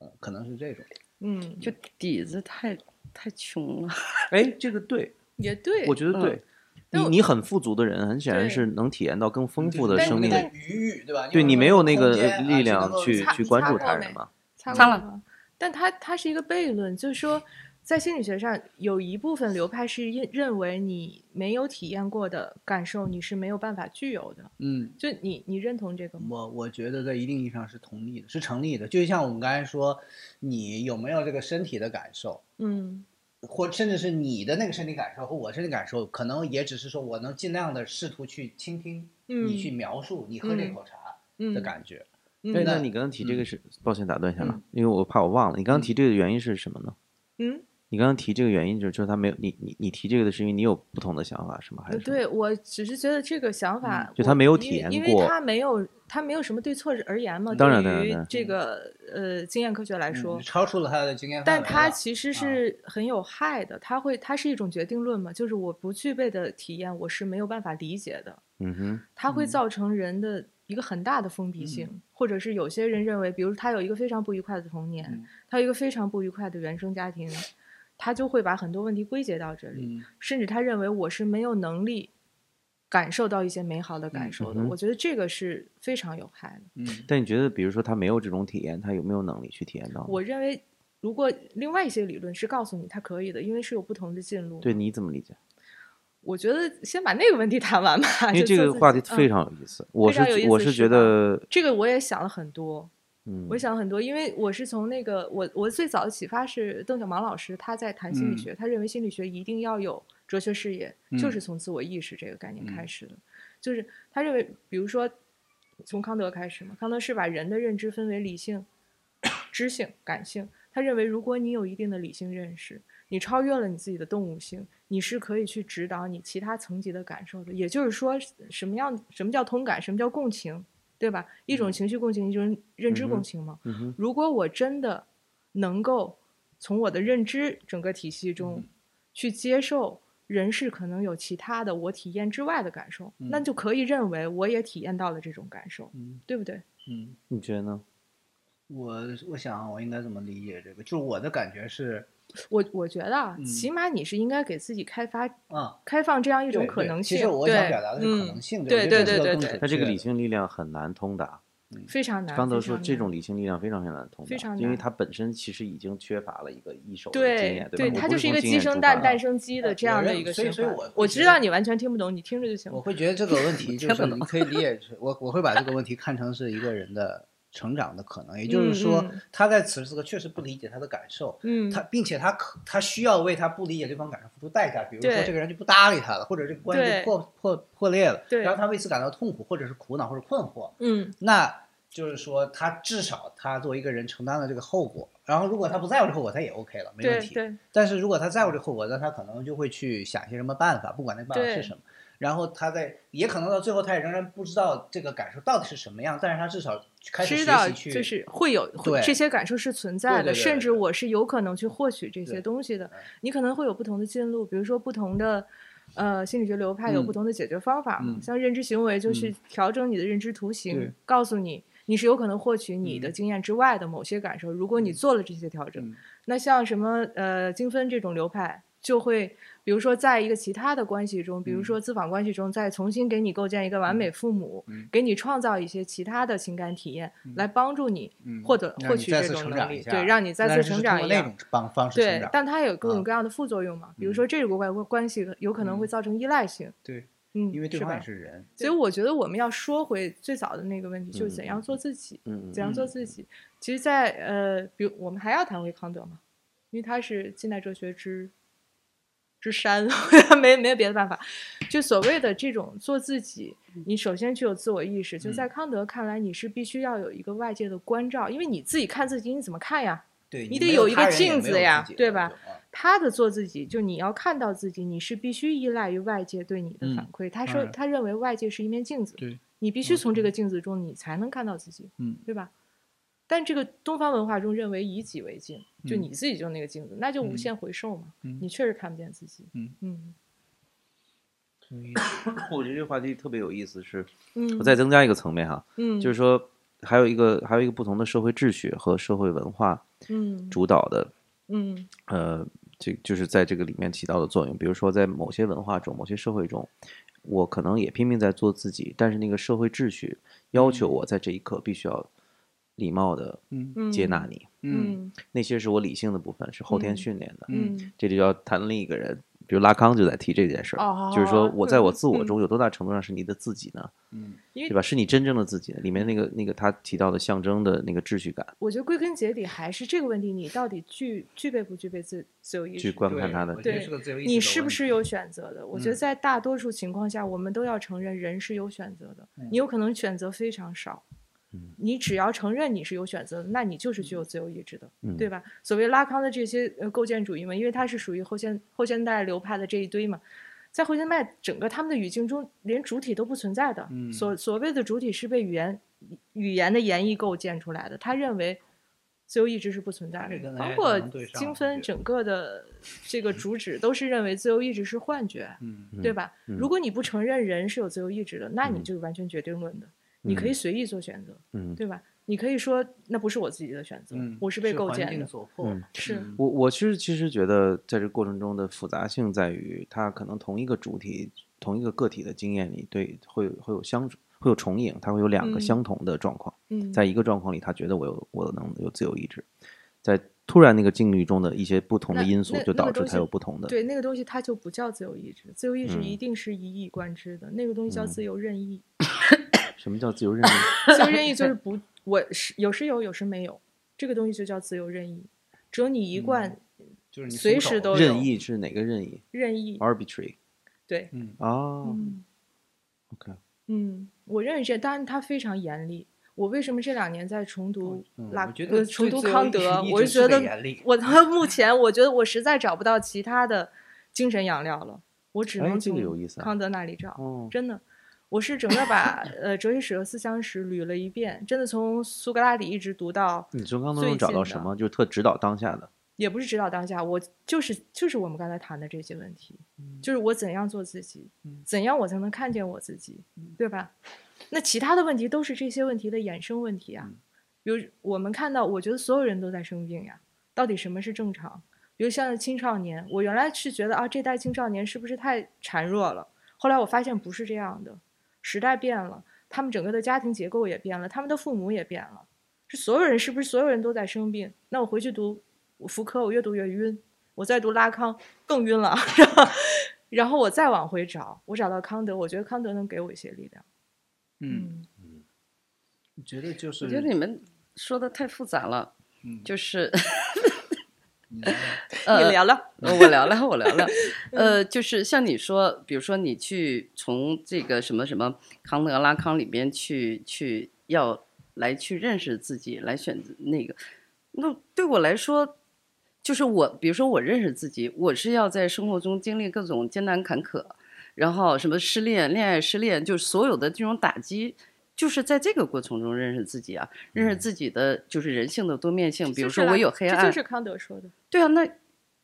S2: 嗯，可能是这种。
S4: 嗯，
S1: 就底子太太穷了。
S3: 哎，这个对，
S4: 也对。
S3: 我觉得
S1: 嗯
S3: 对。
S4: 但
S3: 你
S4: 我
S3: 你很富足的人，很显然
S4: 对
S3: 是能体验到更丰富的
S2: 嗯但
S3: 生
S2: 你
S3: 命
S2: 那
S3: 的
S2: 个。余裕，对吧？
S3: 对你没有那
S2: 空间
S3: 个
S2: 啊
S3: 力
S2: 是
S3: 量
S2: 能够
S3: 去
S4: 擦
S3: 去关注
S4: 擦
S3: 他
S4: 过嗯
S3: 人
S4: 没
S3: 嘛？
S4: 擦
S1: 擦
S4: 过
S1: 了
S4: 吗但它它是一个悖论，就是说，在心理学上有一部分流派是认认为你没有体验过的感受，你是没有办法具有的。
S2: 嗯，
S4: 就你你认同这个吗？
S2: 我我觉得在一定意义上是同意的，是成立的。就像我们刚才说，你有没有这个身体的感受，
S4: 嗯
S2: 或甚至是你的那个身体感受和我身体感受，可能也只是说我能尽量的试图去倾听你去
S4: 嗯
S2: 描述你喝这口茶
S4: 嗯
S2: 的感觉。
S3: 对，
S4: 嗯
S3: 哎那
S2: 那
S3: 你刚刚提这
S2: 嗯
S3: 个是，抱歉打断一下了啊
S2: 嗯，
S3: 因为我怕我忘了。你刚刚提这个原因是什么呢？
S4: 嗯，
S3: 你刚刚提这个原因就是，就是他没有你你你提这个的是因为你有不同的想法是吗？还
S4: 呃
S3: 是什么
S4: 对我只是觉得这个想法我，
S3: 嗯就他没有
S4: 因
S3: 体
S4: 为
S3: 验
S4: 因为
S3: 过
S4: 他没有他没有什么对错而言嘛。
S3: 当然当然嗯当
S4: 对于
S3: 然
S4: 这个呃经验科学来说
S2: 嗯，超出了他的经验范围
S4: 但
S2: 了，嗯
S4: 它其实是很有害的。它会，它是一种决定论嘛，就是我不具备的体验，我是没有办法理解的。
S3: 嗯哼，
S4: 它
S2: 嗯
S4: 会造成人的一个很大的封闭性，或者是有些人认为，比如他有一个非常不愉快的童年，
S2: 嗯
S4: 他有一个非常不愉快的原生家庭，他就会把很多问题归结到这里，
S2: 嗯，
S4: 甚至他认为我是没有能力感受到一些美好的感
S2: 嗯
S4: 受的。
S3: 嗯哼
S4: 我觉得这个是非常有害的。
S2: 嗯
S3: 但你觉得，比如说他没有这种体验，他有没有能力去体验到呢？
S4: 我认为，如果另外一些理论是告诉你他可以的，因为是有不同的进路。
S3: 对你怎么理解？
S4: 我觉得先把那个问题谈完吧。
S3: 因为
S4: 啊就
S3: 这
S4: 做
S3: 个
S4: 自
S3: 话题
S4: 己
S3: 非、
S4: 嗯
S3: 常有意思，我
S4: 非
S3: 是
S4: 常有意
S3: 我
S4: 思
S3: 是
S4: 是
S3: 觉
S4: 吧
S3: 得，
S4: 这个我也想了很多，
S3: 嗯，
S4: 我想了很多，因为我是从那个我我最早的启发是邓小芒老师，他在谈心理
S2: 嗯
S4: 学，他认为心理学一定要有哲学视野，就是
S2: 嗯
S4: 从自我意识这个概念开
S2: 嗯
S4: 始的，就是他认为，比如说从康德开始嘛，康德是把人的认知分为理性、 知性、感性，他认为如果你有一定的理性认识，你超越了你自己的动物性，你是可以去指导你其他层级的感受的。也就是说，什么样什么叫通感，什么叫共情，对吧？一
S2: 嗯
S4: 种情绪共情，一种认知
S3: 嗯
S4: 共
S3: 哼
S4: 情嘛。
S3: 嗯哼，
S4: 如果我真的能够从我的认知整个体系中
S2: 嗯
S4: 去接受人是可能有其他的我体验之外的感受，那
S2: 嗯
S4: 就可以认为我也体验到了这种感受，
S2: 嗯
S4: 对不对？
S2: 嗯。
S3: 你觉得呢？
S2: 我我想啊我应该怎么理解这个？就是我的感觉是，
S4: 我我觉得啊，
S2: 嗯
S4: 起码你是应该给自己开发
S2: 啊，
S4: 开放这样一
S2: 一
S4: 种可能性。
S2: 其实我想
S4: 对
S2: 表达的是可
S4: 嗯
S2: 能性，
S4: 对
S2: 对
S4: 对对对对
S3: 他这个理性力量很难通达。
S4: 非常难。
S3: 刚才
S4: 啊非
S3: 说
S4: 常
S3: 这
S4: 难
S3: 种理性力量非常非常难通达，
S4: 非常
S3: 因为
S4: 难
S3: 它本身其实已经缺乏了一个一手的经
S4: 对
S3: 验，吧？我
S4: 它
S3: 不
S4: 就是一
S3: 从
S4: 个
S3: 经
S4: 鸡
S3: 验
S4: 生
S3: 出
S4: 蛋，
S3: 发
S4: 蛋
S3: 的啊
S4: 生鸡
S2: 呃
S4: 的这
S2: 我
S4: 样的
S2: 认
S4: 一个
S2: 所以
S4: 循
S2: 所以
S4: 环
S2: 我
S4: 我
S2: 会
S4: 知
S2: 觉
S4: 道
S2: 得
S4: 你完全听不懂，你听着就行
S2: 我。会觉得这个问 题就
S1: 听不
S2: 是你
S1: 懂
S2: 可以理解是，我我会把这个问题看成是一个人的成长的可能，也就是说
S4: 嗯嗯，
S2: 他在此时此刻确实不理解他的感受，
S4: 嗯，
S2: 他并且他可他需要为他不理解对方感受付出代价，比如说
S4: 对
S2: 这个人就不搭理他了，或者这个关系
S4: 对
S2: 就破破破裂了，
S4: 对
S2: 然后他为此感到痛苦或者是苦恼或者困惑，
S4: 嗯，
S2: 那就是说，他至少他作为一个人承担了这个后果。然后，如果他不在乎这个后果，他也 OK 了，没问
S4: 对
S2: 题。
S4: 对，
S2: 但是如果他在乎这个后果，那他可能就会去想一些什么办法，不管那办法
S4: 对
S2: 是什么。然后他在也可能到最后，他也仍然不知道这个感受到底是什么样，但是他至少开始
S4: 知
S2: 学
S4: 道
S2: 习去，
S4: 就是会有会
S2: 对
S4: 这些感受是存在的，
S2: 对对对
S4: 甚至
S2: 对
S4: 我是有可能去获取这些
S2: 对
S4: 东西的
S2: 嗯。
S4: 你可能会有不同的进路，比如说不同的。呃，心理学流派有
S2: 嗯
S4: 不同的解决方法嘛，
S2: 嗯
S4: 像认知行为就是
S2: 嗯
S4: 调整你的认知图形，
S2: 对
S4: 告诉你你是有可能获取你的
S2: 嗯
S4: 经验之外的某些感受。如果你做了这些调整，
S2: 嗯
S4: 那像什么呃精分这种流派，就会比如说在一个其他的关系中，比如
S2: 嗯
S4: 说咨访关系中，再重新给你构建一个完美父母，
S2: 嗯
S4: 给你创造一些其他的情感体验，来帮助你
S2: 嗯
S4: 获得、
S2: 让
S4: 获
S2: 你
S4: 取
S2: 再
S4: 这
S2: 次
S4: 种
S2: 成
S4: 能
S2: 长
S4: 力，
S2: 一下
S4: 对，让你再
S2: 但
S4: 次
S2: 是是
S4: 成长
S2: 通过
S4: 一
S2: 那
S4: 样
S2: 种。方方式成
S4: 对
S2: 长，。
S4: 但它有各种
S2: 嗯
S4: 各样的副作用嘛，比如
S2: 嗯
S4: 说这种关关系有可能会
S2: 嗯
S4: 造成依赖性，
S2: 对，
S4: 嗯，
S2: 因为对
S4: 是
S2: 方
S4: 吧
S2: 也？是人，
S4: 所以我觉得我们要说回最早的那个问题，就是怎
S3: 嗯
S4: 样
S3: 嗯
S4: 做自己。
S3: 嗯，
S4: 怎样做
S2: 嗯
S4: 自己。其实在，呃，比如我们还要谈回康德嘛，因为他是近代哲学之之山， 没没有别的办法。就所谓的这种做自己，你首先具有自我意识。就在
S2: 嗯
S4: 康德看来，你是必须要有一个外界的关照，因为你自己看自己，你怎么看呀？
S2: 对
S4: 你
S2: 你
S4: 得
S2: 没
S4: 有
S2: 有
S4: 一
S2: 他
S4: 个
S2: 人也
S4: 镜
S2: 没
S4: 子
S2: 有自
S4: 呀
S2: 己
S4: 对
S2: 了
S4: 吧
S2: 就啊
S4: 他的做自己，就你要看到自己，你是必须依赖于外界对你的
S2: 嗯
S4: 反馈。他
S2: 当
S4: 说，
S2: 然
S4: 他认为外界是一面镜子，
S2: 对，
S4: 你必须
S2: 嗯
S4: 从这个镜子中，你才能看到自己。
S2: 嗯
S4: 对吧？但这个东方文化中认为以己为镜，就
S2: 嗯
S4: 你自己就那个镜子，那就无
S2: 嗯
S4: 限回收嘛，
S2: 嗯
S4: 你确实看不见自己。
S2: 嗯
S4: 嗯
S3: 我觉得这个话题特别有意思，是
S4: 嗯，
S3: 我再增加一个层面哈，
S4: 嗯
S3: 就是说还有一个还有一个不同的社会秩序和社会文化
S4: 嗯
S3: 主导的
S4: 嗯
S3: 呃，这就是在这个里面起到的作用。比如说，在某些文化中、某些社会中，我可能也拼命在做自己，但是那个社会秩序要求我在这一刻必须要礼貌的
S2: 嗯
S4: 嗯
S3: 接纳你。
S4: 嗯
S3: 那些是我理性的部分，是后天
S4: 嗯
S3: 训练的。
S4: 嗯
S3: 这就要谈另一个人，比如拉康就在提这件事儿，就是说
S4: 哦
S3: 我在我自我
S4: 嗯
S3: 中有多大程度上是你的自己呢？
S2: 嗯
S4: 因为
S3: 对吧？是你真正的自己，里面那个那个他提到的象征的那个秩序感，
S4: 我觉得归根结底还是这个问题，你到底具具备不具备自自由意
S3: 去
S4: 识？
S3: 观看
S2: 对
S3: 他的
S2: 我觉得
S4: 对
S2: 是个自由意识
S4: 你
S2: 的
S4: 是不
S2: 问
S4: 是
S2: 题
S4: 有选择的？我觉得
S2: 嗯
S4: 在大多数情况下，我们都要承认人是有选择的。
S2: 嗯
S4: 你有可能选择非常少，
S3: 嗯
S4: 你只要承认你是有选择的，那你就是具有自由意志的，
S3: 嗯，
S4: 对吧？所谓拉康的这些呃构建主义嘛，因为它是属于后现后现代流派的这一堆嘛，在后现代整个他们的语境中，连主体都不存在的，
S2: 嗯
S4: 所所谓的主体是被语言语言的演绎构建出来的。他认为自由意志是不存在
S2: 这
S4: 的，
S2: 跟
S4: 包
S2: AI
S4: 括
S2: 能对上
S4: 精
S2: 我觉
S4: 分
S2: 得
S4: 整 个的这个主旨都是认为自由意志是幻觉。
S2: 嗯
S4: 对
S3: 嗯
S4: 吧？
S3: 嗯
S4: 如果你不承认人是有自由意志的，那你
S3: 嗯
S4: 就完全决定论的，你可以
S3: 嗯
S4: 随意做选择，
S3: 嗯，
S4: 对吧？你可以说那不是我自己的选择，
S2: 嗯，
S4: 我是被构
S2: 环
S4: 建
S2: 境
S4: 的，
S2: 所迫，
S3: 嗯
S4: 是
S2: 嗯
S3: 我我是其实觉得，在这过程中的复杂性在于，它可能同一个主体、同一个个体的经验里，对会会有相会有重影，它会有两个
S4: 嗯
S3: 相同的状况。
S4: 嗯，
S3: 在一个状况里，他觉得我有我能有自由意志，在突然那个境遇中的一些不同的
S4: 那
S3: 因素
S4: 那，
S3: 就
S4: 那个
S3: 导致
S4: 东
S3: 他
S4: 西
S3: 有不同的。
S4: 对那个东西它就不叫自由意志，自由意志
S3: 嗯
S4: 一定是一以贯之的，那个东西
S2: 嗯
S4: 叫自由 任意，
S3: 什么叫自由 任意？
S4: 自由任意就是不，我是有时有，有时没有，这个东西就叫自由任意，只有
S2: 嗯
S4: 你一贯
S2: 就是你嗯
S4: 随
S2: 松
S4: 时
S2: 手
S4: 都有
S3: 任意是哪个任意
S4: 任意，
S2: 哦
S3: ？arbitrary
S4: 对，
S2: 嗯
S3: 哦
S4: 嗯。
S3: ，OK，
S4: 嗯，我认识这，当然他非常严厉。我为什么这两年在重读
S2: 嗯
S4: 拉
S2: 我觉
S4: 呃
S2: 得
S4: 重
S2: 对
S4: 读
S2: 自由
S4: 康
S2: 意志
S4: 德，
S2: 一
S4: 我就
S2: 直是
S4: 觉
S2: 个
S4: 得
S2: 严厉
S4: 我到目前我觉得我实在找不到其他的精神养料了，我只
S3: 哎
S4: 能
S3: 这个
S4: 从
S3: 有意思啊
S4: 康德那里找。
S3: 哦，
S4: 真的，我是整个把呃哲学史和思想史捋了一遍，真的从苏格拉底一直读到，
S3: 你从刚
S4: 最
S3: 能找到
S4: 近
S3: 什
S4: 的
S3: 么？就是特指导当下的。
S4: 也不是指导当下，我就是就是我们刚才谈的这些问题，就是我怎样做自己，
S2: 嗯
S4: 怎样我才能看见我自己，对吧？那其他的问题都是这些问题的衍生问题啊。比如我们看到，我觉得所有人都在生病呀，到底什么是正常？比如像青少年，我原来是觉得啊，这代青少年是不是太孱弱了？后来我发现不是这样的，时代变了，他们整个的家庭结构也变了，他们的父母也变了，是所有人是不是所有人都在生病？那我回去读我福柯，我越读越晕，我再读拉康更晕了， 然后然后我再往回找，我找到康德，我觉得康德能给我一些力量。
S2: 嗯，，我觉得就是
S1: 我觉得你们说的太复杂了，
S2: 嗯
S1: 就是
S2: 你来
S4: 嗯你
S1: 呃，
S4: 聊聊，
S1: 呃我聊聊，我聊 聊，呃，就是像你说，比如说你去从这个什么什么康德、拉康里边去去要来去认识自己，来选择那个，那对我来说，就是我，比如说我认识自己，我是要在生活中经历各种艰难坎坷，然后什么失恋、恋爱失恋，就是所有的这种打击。就是在这个过程中认识自己啊，认识自己的就是人性的多面性。比如
S4: 嗯这就是
S1: 说我
S4: 拉
S1: 有黑
S4: 这就
S1: 暗，
S4: 是康 德说的。
S1: 对啊，那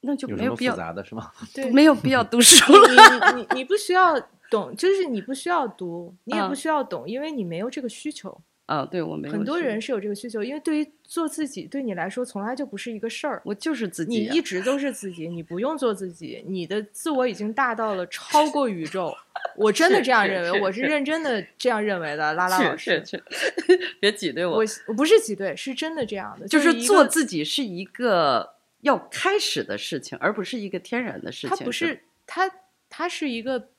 S1: 那就
S3: 有
S1: 没
S3: 什么
S1: 有必
S3: 复
S1: 要
S3: 杂的是吗？
S4: 对，
S1: 没有必要读书了。
S4: 你你你不需要懂，就是你不需要读，你也
S1: 嗯
S4: 不需要懂，因为你没有这个需求。
S1: 啊，对我没有
S4: 很多
S1: 去
S4: 人，是有这个需求，因为对于做自己，对你来说从来就不是一个事儿。
S1: 我就是自
S4: 你
S1: 己啊、
S4: 一直都是自己，你不用做自己，你的自我已经大到了超过 宇宙。我真的这样
S1: 是
S4: 认
S1: 是
S4: 为，我是
S1: 是
S4: 认真的这样认为的，拉拉老师
S1: 是。是是，别挤兑我，
S4: 我我不是挤兑，是真的这样的，
S1: 就是是
S4: 一
S1: 做
S4: 个，
S1: 自己是一个要开始的事情，而不是一个天然的事
S4: 它
S1: 情。
S4: 不是它，它是一个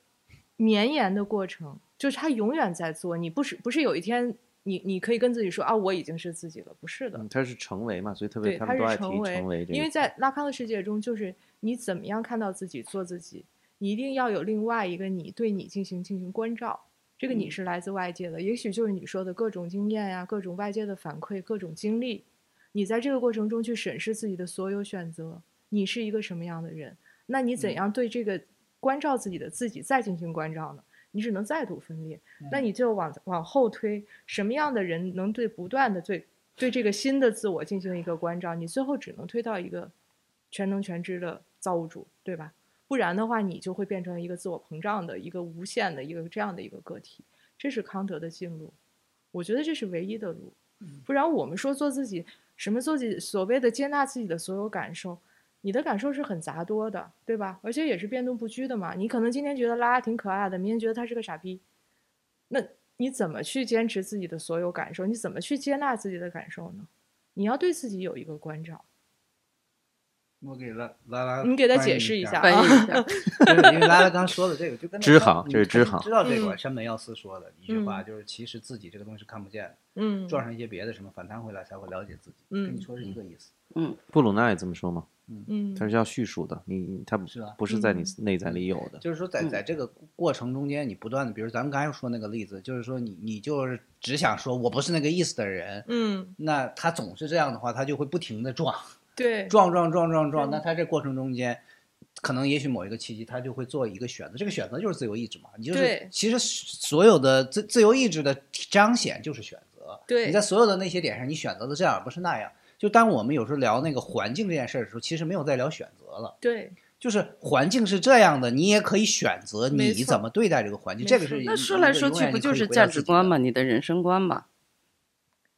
S4: 绵延的过程，就是它永远在做。你不是不是有一天你你可以跟自己说啊，我已经是自己了，不是的，
S3: 嗯，它是成为嘛，所以特别
S4: 对，
S3: 他
S4: 它
S3: 们都爱
S4: 是
S3: 提
S4: 成为，
S3: 成为这个词，
S4: 因为在拉康的世界中，就是你怎么样看到自己，做自己，你一定要有另外一个你对你进行进行关照。这个你
S3: 嗯
S4: 是来自外界的，也许就是你说的各种经验呀、各种外界的反馈、各种经历，你在这个过程中去审视自己的所有选择，你是一个什么样的人？那你
S3: 嗯
S4: 怎样对这个关照自己的自己再进行关照呢？你只能再度分裂。那你就往往后推，什么样的人能对不断的对对这个新的自我进行一个关照？你最后只能推到一个全能全知的造物主，对吧？不然的话，你就会变成一个自我膨胀的一个无限的一个这样的一个个体。这是康德的近路，我觉得这是唯一的路。不然我们说做自己，什么做自己，所谓的接纳自己的所有感受，你的感受是很杂多的，对吧？而且也是变动不居的嘛。你可能今天觉得拉拉挺可爱的，明天觉得她是个傻逼，那你怎么去坚持自己的所有感受？你怎么去接纳自己的感受呢？你要对自己有一个关照。
S2: 我给拉拉拉，
S4: 你给他解释一下
S1: 翻译一下，
S2: 对，因为拉拉刚说的这个，就跟那
S3: 支
S2: 山
S3: 行
S2: 你
S3: 这
S2: 他
S3: 是支
S2: 就
S3: 行
S2: 知道这
S4: 嗯
S2: 个山本耀司说的一句话，就是其实自己这个东西是看不见的，
S4: 嗯
S2: 撞上一些别的什么，反弹回来才会了解自己，
S4: 嗯
S2: 跟你说是一个意思。
S1: 嗯，
S3: 布鲁纳也这么说吗？
S4: 嗯，
S3: 它是要叙述的，你它
S2: 是吧
S3: 不是在你
S4: 嗯
S3: 内在里有的。
S2: 就是说在在这个过程中间，你不断的，比如咱们刚才说那个例子，就是说你你就是只想说我不是那个意思的人，
S4: 嗯，
S2: 那他总是这样的话，他就会不停的撞
S4: 对，
S2: 撞撞撞撞撞，
S4: 嗯
S2: 那他这过程中间。可能也许某一个契机，他就会做一个选择，这个选择就是自由意志嘛。你就是
S4: 对
S2: 其实所有的自自由意志的彰显就是选择。
S4: 对
S2: 你在所有的那些点上，你选择了这样而不是那样。就当我们有时候聊那个环境这件事儿的时候，其实没有在聊选择了。
S4: 对，
S2: 就是环境是这样的，你也可以选择
S4: 没
S2: 你
S4: 错
S2: 怎么对待这个环境。
S4: 没
S2: 这个
S4: 错
S2: 是
S1: 那说来说去不就是价值观
S2: 吗？
S1: 嘛，你的人生观嘛，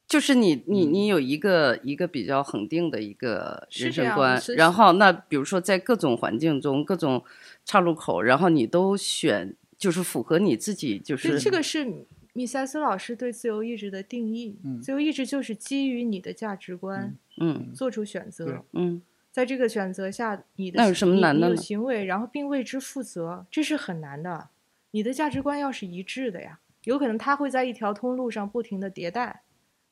S1: 就是你你你有一个一个比较恒定的一个
S4: 是
S1: 人
S4: 这
S1: 生
S4: 样
S1: 观
S4: 是，是
S1: 然后那比如说在各种环境中、各种岔路口，然后你都选就是符合你自己，就
S4: 所以
S1: 是
S4: 这个是米塞斯老师对自由意志的定义。
S2: 嗯
S4: 自由意志就是基于你的价值观、
S1: 嗯
S4: 做出选
S2: 对
S4: 择，
S1: 嗯
S4: 在这个选择下，你的
S1: 那有
S4: 行
S1: 什么
S4: 你
S1: 难的
S4: 你有
S1: 呢
S4: 行为，然后并为之负责，这是很难的。你的价值观要是一致的呀，有可能他会在一条通路上不停的迭代。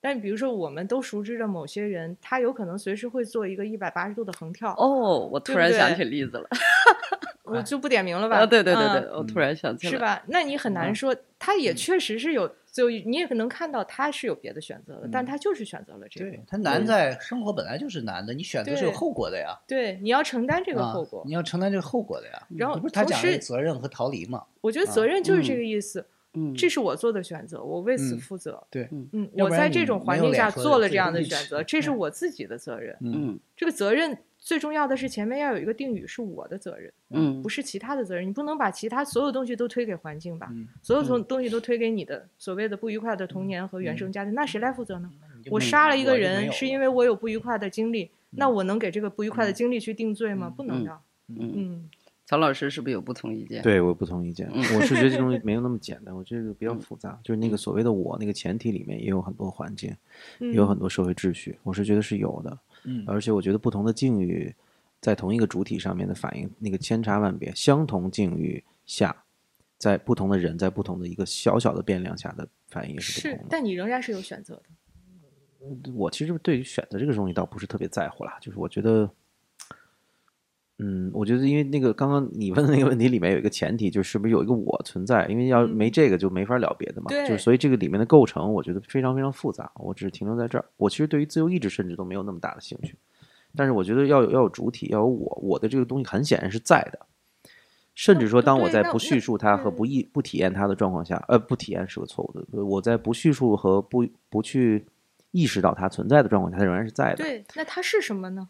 S4: 但比如说，我们都熟知的某些人，他有可能随时会做一个一百八十度的横跳。
S1: 哦，我突
S4: 对不
S1: 然
S4: 对
S1: 想起例子了
S2: 哎
S4: 我就不点名了吧。
S1: 啊，对对对
S4: 嗯
S1: 对，我突然想起来
S4: 是吧？那你很
S2: 嗯
S4: 难说，他也确实是有，就你也能看到他是有别的选择的，但
S2: 嗯
S4: 他就是选择了这个
S2: 对。，它难在生活本来就是难的，你选择是有
S4: 对
S2: 后果的呀，
S4: 对，你要承担这个后
S2: 啊
S4: 果。
S2: 你要承担这个后果的呀。
S4: 然后
S2: 不是他
S4: 同
S2: 讲的是
S4: 时
S2: 责任和逃离嘛？
S4: 我觉得责任就是这
S1: 嗯
S4: 个意思，
S1: 嗯，
S4: 这是我做的选择，我为此
S2: 嗯
S4: 负责。
S2: 对
S1: 嗯
S4: 嗯，
S2: 要
S4: 我
S2: 不然
S4: 在
S2: 你
S4: 这种
S2: 没
S4: 环
S2: 有
S4: 境
S2: 脸
S4: 下
S2: 说
S4: 做
S2: 自
S4: 了
S2: 己
S4: 这样
S2: 的
S4: 的
S2: 意
S4: 选
S2: 识
S4: 择，这是
S2: 嗯
S4: 我自己的责任。
S1: 嗯
S4: 这个责任最重要的是前面要有一个定语，是我的责任，
S1: 嗯
S4: 不是其他的责任。你不能把其他所有东西都推给环境吧？
S2: 嗯
S4: 所有东东西都推给你的所谓的不愉快的童年和原生家庭，那谁来负责呢？
S2: 你就
S4: 我
S2: 嗯没
S4: 杀了一
S2: 嗯
S4: 个
S2: 我就没有
S4: 人是因
S2: 了嗯
S4: 为我有不愉快的经历，那我能给这个不愉快的经历去定罪吗？不能的。
S1: 嗯，
S4: 嗯，
S1: 曹老师是不是有不同意见？
S3: 对我不同意见，
S1: 嗯
S3: 我是觉得这 东西没有那么简单，我觉得这个比
S4: 嗯
S3: 较复杂。就是那个所谓的我，那个前提里面也有很多环境，
S4: 嗯
S3: 也有很多社会秩序，我是觉得是有的。
S2: 嗯
S3: 而且我觉得不同的境遇，在同一个主体上面的反应，那个千差万别。相同境遇下，在不同的人，在不同的一个小小的变量下的反应也是不
S4: 是
S3: 同，的。
S4: 但你仍然是有选择的。
S3: 我其实对于选择这个东西倒不是特别在乎啦，就是我觉得，嗯，我觉得因为那个刚刚你问的那个问题里面有一个前提，就是是不是有一个我存在，因为要没这个就没法聊别的嘛，
S4: 嗯对
S3: 就是所以这个里面的构成，我觉得非常非常复杂。我只是停留在这儿，我其实对于自由意志甚至都没有那么大的兴趣，但是我觉得要有要有主体，要有我，我的这个东西很显然是在的。甚至说，
S4: 那
S3: 当我
S4: 哦对
S3: 在
S4: 那
S3: 不叙
S4: 那
S3: 述它和
S4: 嗯
S3: 不意不体验它的状况下，呃，不体验是个错误的。我在不叙述和不不去意识到它存在的状况下，它仍然是在的。
S4: 对，那它是什么呢？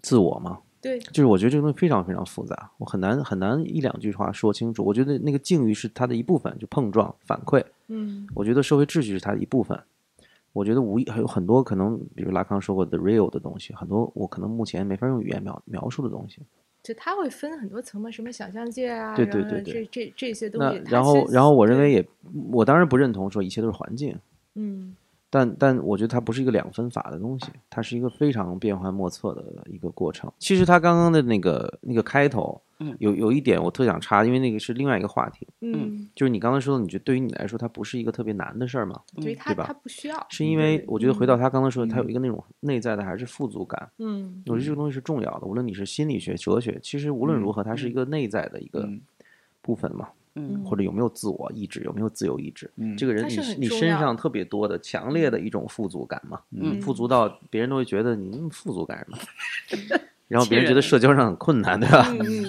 S3: 自我嘛，
S4: 对，
S3: 就是我觉得这个东西非常非常复杂，我很难很难一两句话说清楚。我觉得那个境遇是它的一部分，就碰撞反馈。
S4: 嗯，
S3: 我觉得社会秩序是它的一部分。我觉得无意还有很多可能，比如拉康说过的 real 的东西，很多我可能目前没法用语言描描述的东西。
S4: 就它会分很多层嘛，什么想象界啊，
S3: 对对
S4: 然后
S3: 对对
S4: 这这这些东
S3: 那
S4: 西。它
S3: 然后
S4: 先
S3: 然后我认为
S4: 对
S3: 也，我当然不认同说一切都是环境，
S4: 嗯，
S3: 但但我觉得它不是一个两分法的东西，它是一个非常变幻莫测的一个过程。其实他刚刚的那个那个开头，
S1: 嗯
S3: 有有一点我特想插，因为那个是另外一个话题，
S4: 嗯，
S3: 就是你刚才说的，你觉得对于你来说，它不是一个特别难的事儿吗？
S4: 所以它
S3: 嗯吧
S4: 它不需要，
S3: 是因为我觉得回到他刚才说的，他有
S2: 嗯
S3: 一个那种内在的还是富足感，
S4: 嗯
S3: 我觉得这个东西是重要的。无论你是心理学、哲学，其实无论如何，它是一个内在的一个
S2: 嗯
S3: 部分嘛，
S1: 嗯
S3: 或者有没有自我意志，有没有自由意志，
S2: 嗯
S3: 这个人
S4: 它
S3: 你
S4: 是很
S3: 你
S4: 重
S3: 身
S4: 要
S3: 上特别多的强烈的一种富足感嘛，
S4: 嗯
S3: 富足到别人都会觉得你那么富足干 什么，然后别人
S1: 气
S3: 觉得
S1: 人
S3: 社交上很困难，对吧？
S4: 嗯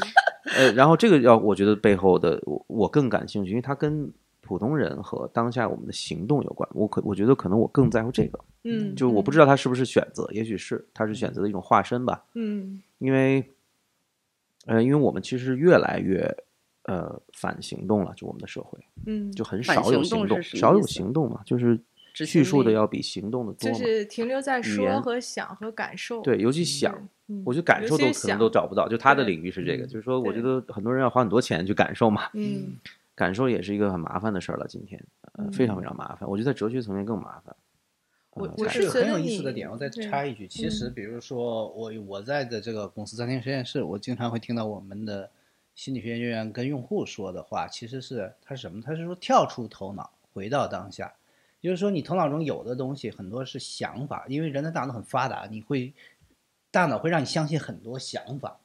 S3: 呃，然后这个要我觉得背后的我我更感兴趣，因为它跟普通人和当下我们的行动有关。我可我觉得可能我更在乎这个，
S4: 嗯，
S3: 就是我不知道它是不是选择，也许是它是选择的一种化身吧。
S4: 嗯，
S3: 因为，呃，因为我们其实越来越呃反行动了，就我们的社会
S4: 嗯嗯，
S3: 就很
S1: 反
S3: 少有
S1: 行动
S3: 行
S1: 是
S3: 动，
S1: 什么
S3: 少
S1: 意
S3: 有
S1: 思
S3: 行动嘛，就是
S1: 执
S3: 叙
S1: 行
S3: 述的
S1: 力
S3: 要比行动的多
S4: 就
S3: 嘛。
S4: 是停留在说
S3: 言
S4: 和想和感受。
S3: 对，尤其
S4: 对，
S3: 想，
S4: 嗯，
S3: 我觉得感
S4: 尤
S3: 受
S4: 其
S3: 都
S4: 是
S3: 可能
S4: 想
S3: 都找不到，就他的
S4: 对
S3: 领域是这个，
S2: 嗯
S3: 就是说，我觉
S4: 对
S3: 得很多人要花很多钱去感受嘛。
S4: 嗯
S3: 感受也是一个很麻烦的事儿了。今天，呃，非常非常麻烦。我觉得在哲学层面更麻烦。
S4: 嗯我
S3: 呃
S4: 我
S3: 感
S4: 是
S2: 这个嗯很
S4: 觉
S2: 有
S4: 得
S2: 意思的
S4: 你
S2: 点，我再
S4: 对嗯
S2: 插一句，其实比如说我我在的这个公司暂停实验室，我经常会听到我们的心理学研究员跟用户说的话，其实是他是什么？他是说跳出头脑，回到当下。也就是说，你头脑中有的东西很多是想法，因为人的大脑很发达，你会大脑会让你相信很多想法，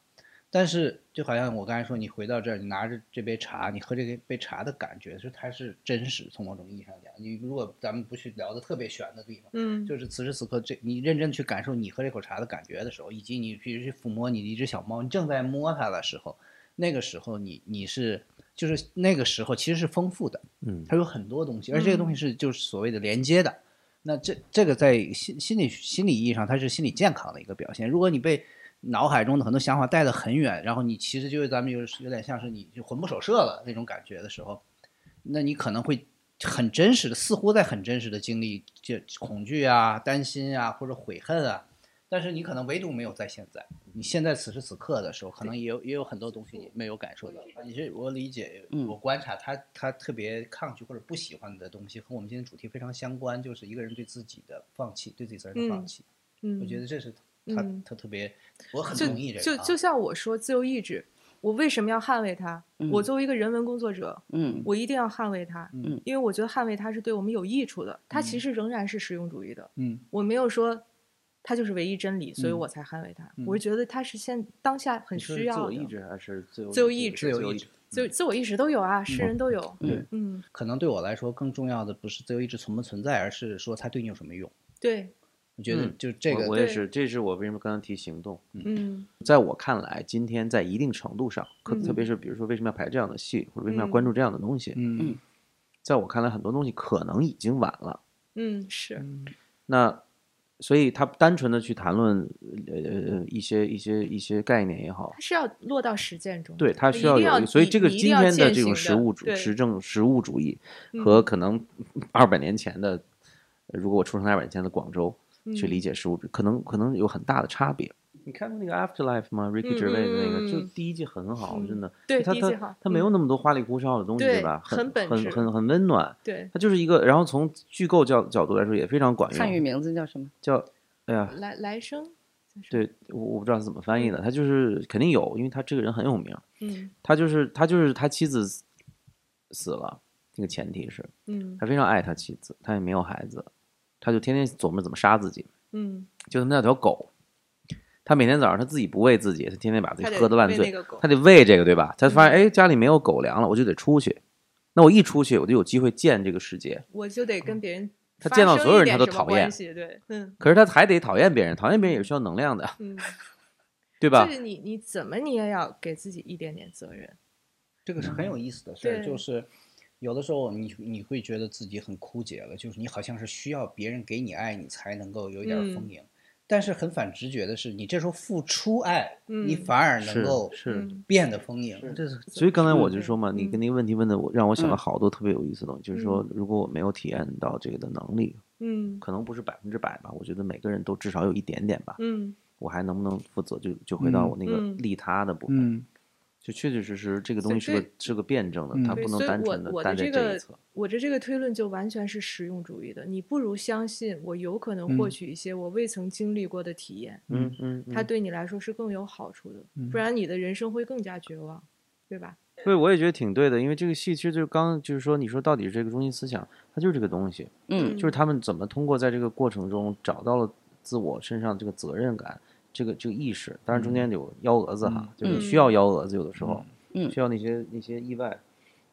S2: 但是就好像我刚才说，你回到这儿，你拿着这杯茶，你喝这个杯茶的感觉，是它是真实。从某种意义上讲，你如果咱们不去聊的特别玄的地方，
S4: 嗯，
S2: 就是此时此刻这你认真去感受你喝这口茶的感觉的时候，以及你去去抚摸你的一只小猫，你正在摸它的时候，那个时候你你是就是那个时候其实是丰富的，
S3: 嗯，
S2: 它有很多东西，而这个
S4: 嗯
S2: 东西是就是所谓的连接的。那这这个在心心理心理意义上，它是心理健康的一个表现。如果你被脑海中的很多想法带得很远，然后你其实就是咱们有有点像是你就魂不守舍了那种感觉的时候，那你可能会很真实的，似乎在很真实的经历这恐惧啊、担心啊或者悔恨啊，但是你可能唯独没有在现在，你现在此时此刻的时候，可能也有也有很多东西你没有感受到。你是我理解，
S1: 嗯
S2: 我观察他他特别抗拒或者不喜欢的东西，和我们今天主题非常相关，就是一个人对自己的放弃，对自己责任的放
S4: 嗯
S2: 弃。
S4: 嗯
S2: 我觉得这是他
S4: 嗯
S2: 他特别，我很
S4: 就
S2: 同意这
S4: 就
S2: 个啊。
S4: 就像我说自由意志，我为什么要捍卫它？我
S1: 嗯
S4: 作为一个人文工作者，
S1: 嗯
S4: 我一定要捍卫它，
S2: 嗯
S4: 因为我觉得捍卫它是对我们有益处的。它
S3: 嗯
S4: 其实仍然是实用主义的，
S2: 嗯
S4: 我没有说它就是唯一真理，所以
S2: 嗯
S4: 我才捍卫它。
S2: 嗯
S4: 我觉得它是现当下很
S3: 你说
S4: 需
S3: 是
S4: 要
S3: 自
S4: 的，
S3: 我意志还是自由
S4: 自由意
S3: 意
S4: 志
S3: 志？
S2: 自由意志，
S4: 自自我意识都有啊，诗人都有。
S1: 嗯
S4: 嗯，
S2: 可能对我来说更重要的不是自由意志存不存在，而是说它对你有什么用。
S4: 对，
S2: 我觉得
S3: 嗯
S2: 就这
S3: 我
S2: 个
S3: 我也
S4: 对
S3: 是，这是我为什么刚刚提行动。
S4: 嗯
S3: 在我看来，今天在一定程度上，可
S4: 嗯
S3: 特别是比如说为什么要排这样的戏，或者为什么要关注这样的东西，
S2: 嗯
S3: 在我看来，很多东西可能已经晚了。
S4: 嗯是，
S3: 那所以他单纯的去谈论呃一些一些一些概念也好
S4: 它，是要落到实践中的。
S3: 对他
S4: 一
S3: 需要
S4: 定
S3: 有
S4: 要
S3: 一个，所以
S4: 你
S3: 这个
S4: 你一
S3: 今
S4: 定要
S3: 天的
S4: 践
S3: 这种
S4: 行
S3: 实
S4: 的
S3: 务主
S4: 对
S3: 实证实务主义
S4: 嗯
S3: 和可能二百年前的，呃如果我出生二百年前的广州去
S4: 嗯
S3: 理解实务主义，可能可能有很大的差别。你看过那个 Afterlife 吗？Ricky
S4: 嗯
S3: Gervais 的那个，就
S4: 嗯嗯
S3: 第一季很好，
S4: 嗯
S3: 真的。
S4: 对
S3: 他
S4: 第一季
S3: 他
S4: 好
S3: 他没有
S4: 嗯
S3: 那么多花里胡哨的东西，
S4: 对
S3: 对吧？很
S4: 很本
S3: 很
S4: 质
S3: 很很温暖。
S4: 对，
S3: 它就是一个，然后从剧构角角度来说也非常管
S1: 嗯汉语
S3: 用。
S1: 名字叫什么？
S3: 叫哎呀，
S4: 来来生，就是，
S3: 对我我不知道是怎么翻译的，他就是肯定有，因为他这个人很有名。
S4: 嗯
S3: 他就是他就是他妻子死死了，这个前提是
S4: 嗯
S3: 他非常爱他妻子，他也没有孩子，他就天天琢磨怎么杀自己。
S4: 嗯，
S3: 就他们那条狗，他每天早上他自己不喂自己，他天天把自
S4: 他
S3: 己
S4: 得
S3: 喝得烂
S4: 喂
S3: 醉
S4: 那，个嗯狗
S3: 他得喂这个对吧？他发现哎家里没有狗粮了，我就得出去。那我一出去，我就有机会见这个世界。
S4: 我就得跟别人
S3: 嗯他
S4: 发
S3: 见到
S4: 生
S3: 所有
S4: 一
S3: 人
S4: 点
S3: 他都
S4: 什么
S3: 讨
S4: 关
S3: 厌
S4: 系对， 嗯
S3: 可是他还得讨厌别人，讨厌别人也是需要能量的，
S4: 嗯，
S3: 对吧
S4: 就？是你你怎么你也要给自己一点点责任，
S2: 这
S3: 嗯
S2: 个是很有意思的事儿，
S4: 对
S2: 就是有的时候你你会觉得自己很枯竭了，就是你好像是需要别人给你爱，你才能够有一点儿丰
S4: 嗯
S2: 盈。但是很反直觉的是，你这时候付出爱，你
S4: 嗯
S2: 反而能
S3: 是
S2: 够
S3: 是。
S4: 嗯
S2: 变得丰盈。这是
S3: 所以刚才我
S4: 嗯
S3: 就说嘛，你
S4: 嗯
S3: 跟那个问题问的我，让我想
S1: 嗯
S3: 到好多特别有意思的东西，就是说，如果我没有体验到这个的能力，
S4: 嗯
S3: 可能不是百分之百吧，我觉得每个人都至少有一点点吧。
S4: 嗯
S3: 我还能不能负责，就就回到
S2: 嗯
S3: 我那个
S4: 嗯
S3: 利他的部分，
S2: 嗯
S3: 就确确实实这个东西
S4: 所以
S3: 是个是个辩证的
S2: 嗯，
S3: 它
S4: 对，
S3: 不能
S4: 所以
S3: 单纯
S4: 我
S3: 的
S4: 我的
S3: 单在
S4: 这
S3: 这一
S4: 个
S3: 侧。
S4: 我的这个推论就完全是实用主义的，你不如相信我有可能获
S2: 嗯
S4: 取一些我未曾经历过的体验，
S3: 嗯嗯，
S4: 它
S3: 嗯
S4: 对你来说是更有好处的，
S2: 嗯
S4: 不然你的人生会更加绝望，对吧？
S3: 对，我也觉得挺对的，因为这个戏其实就是刚就是说，你说到底是这个中心思想，它就是这个东西，
S1: 嗯
S3: 就是他们怎么通过在这个过程中找到了自我身上这个责任感，这个这个意识，当然中间有幺蛾子哈，就是你需要幺蛾子，有的时候，
S1: 嗯
S3: 需要那些那些意外。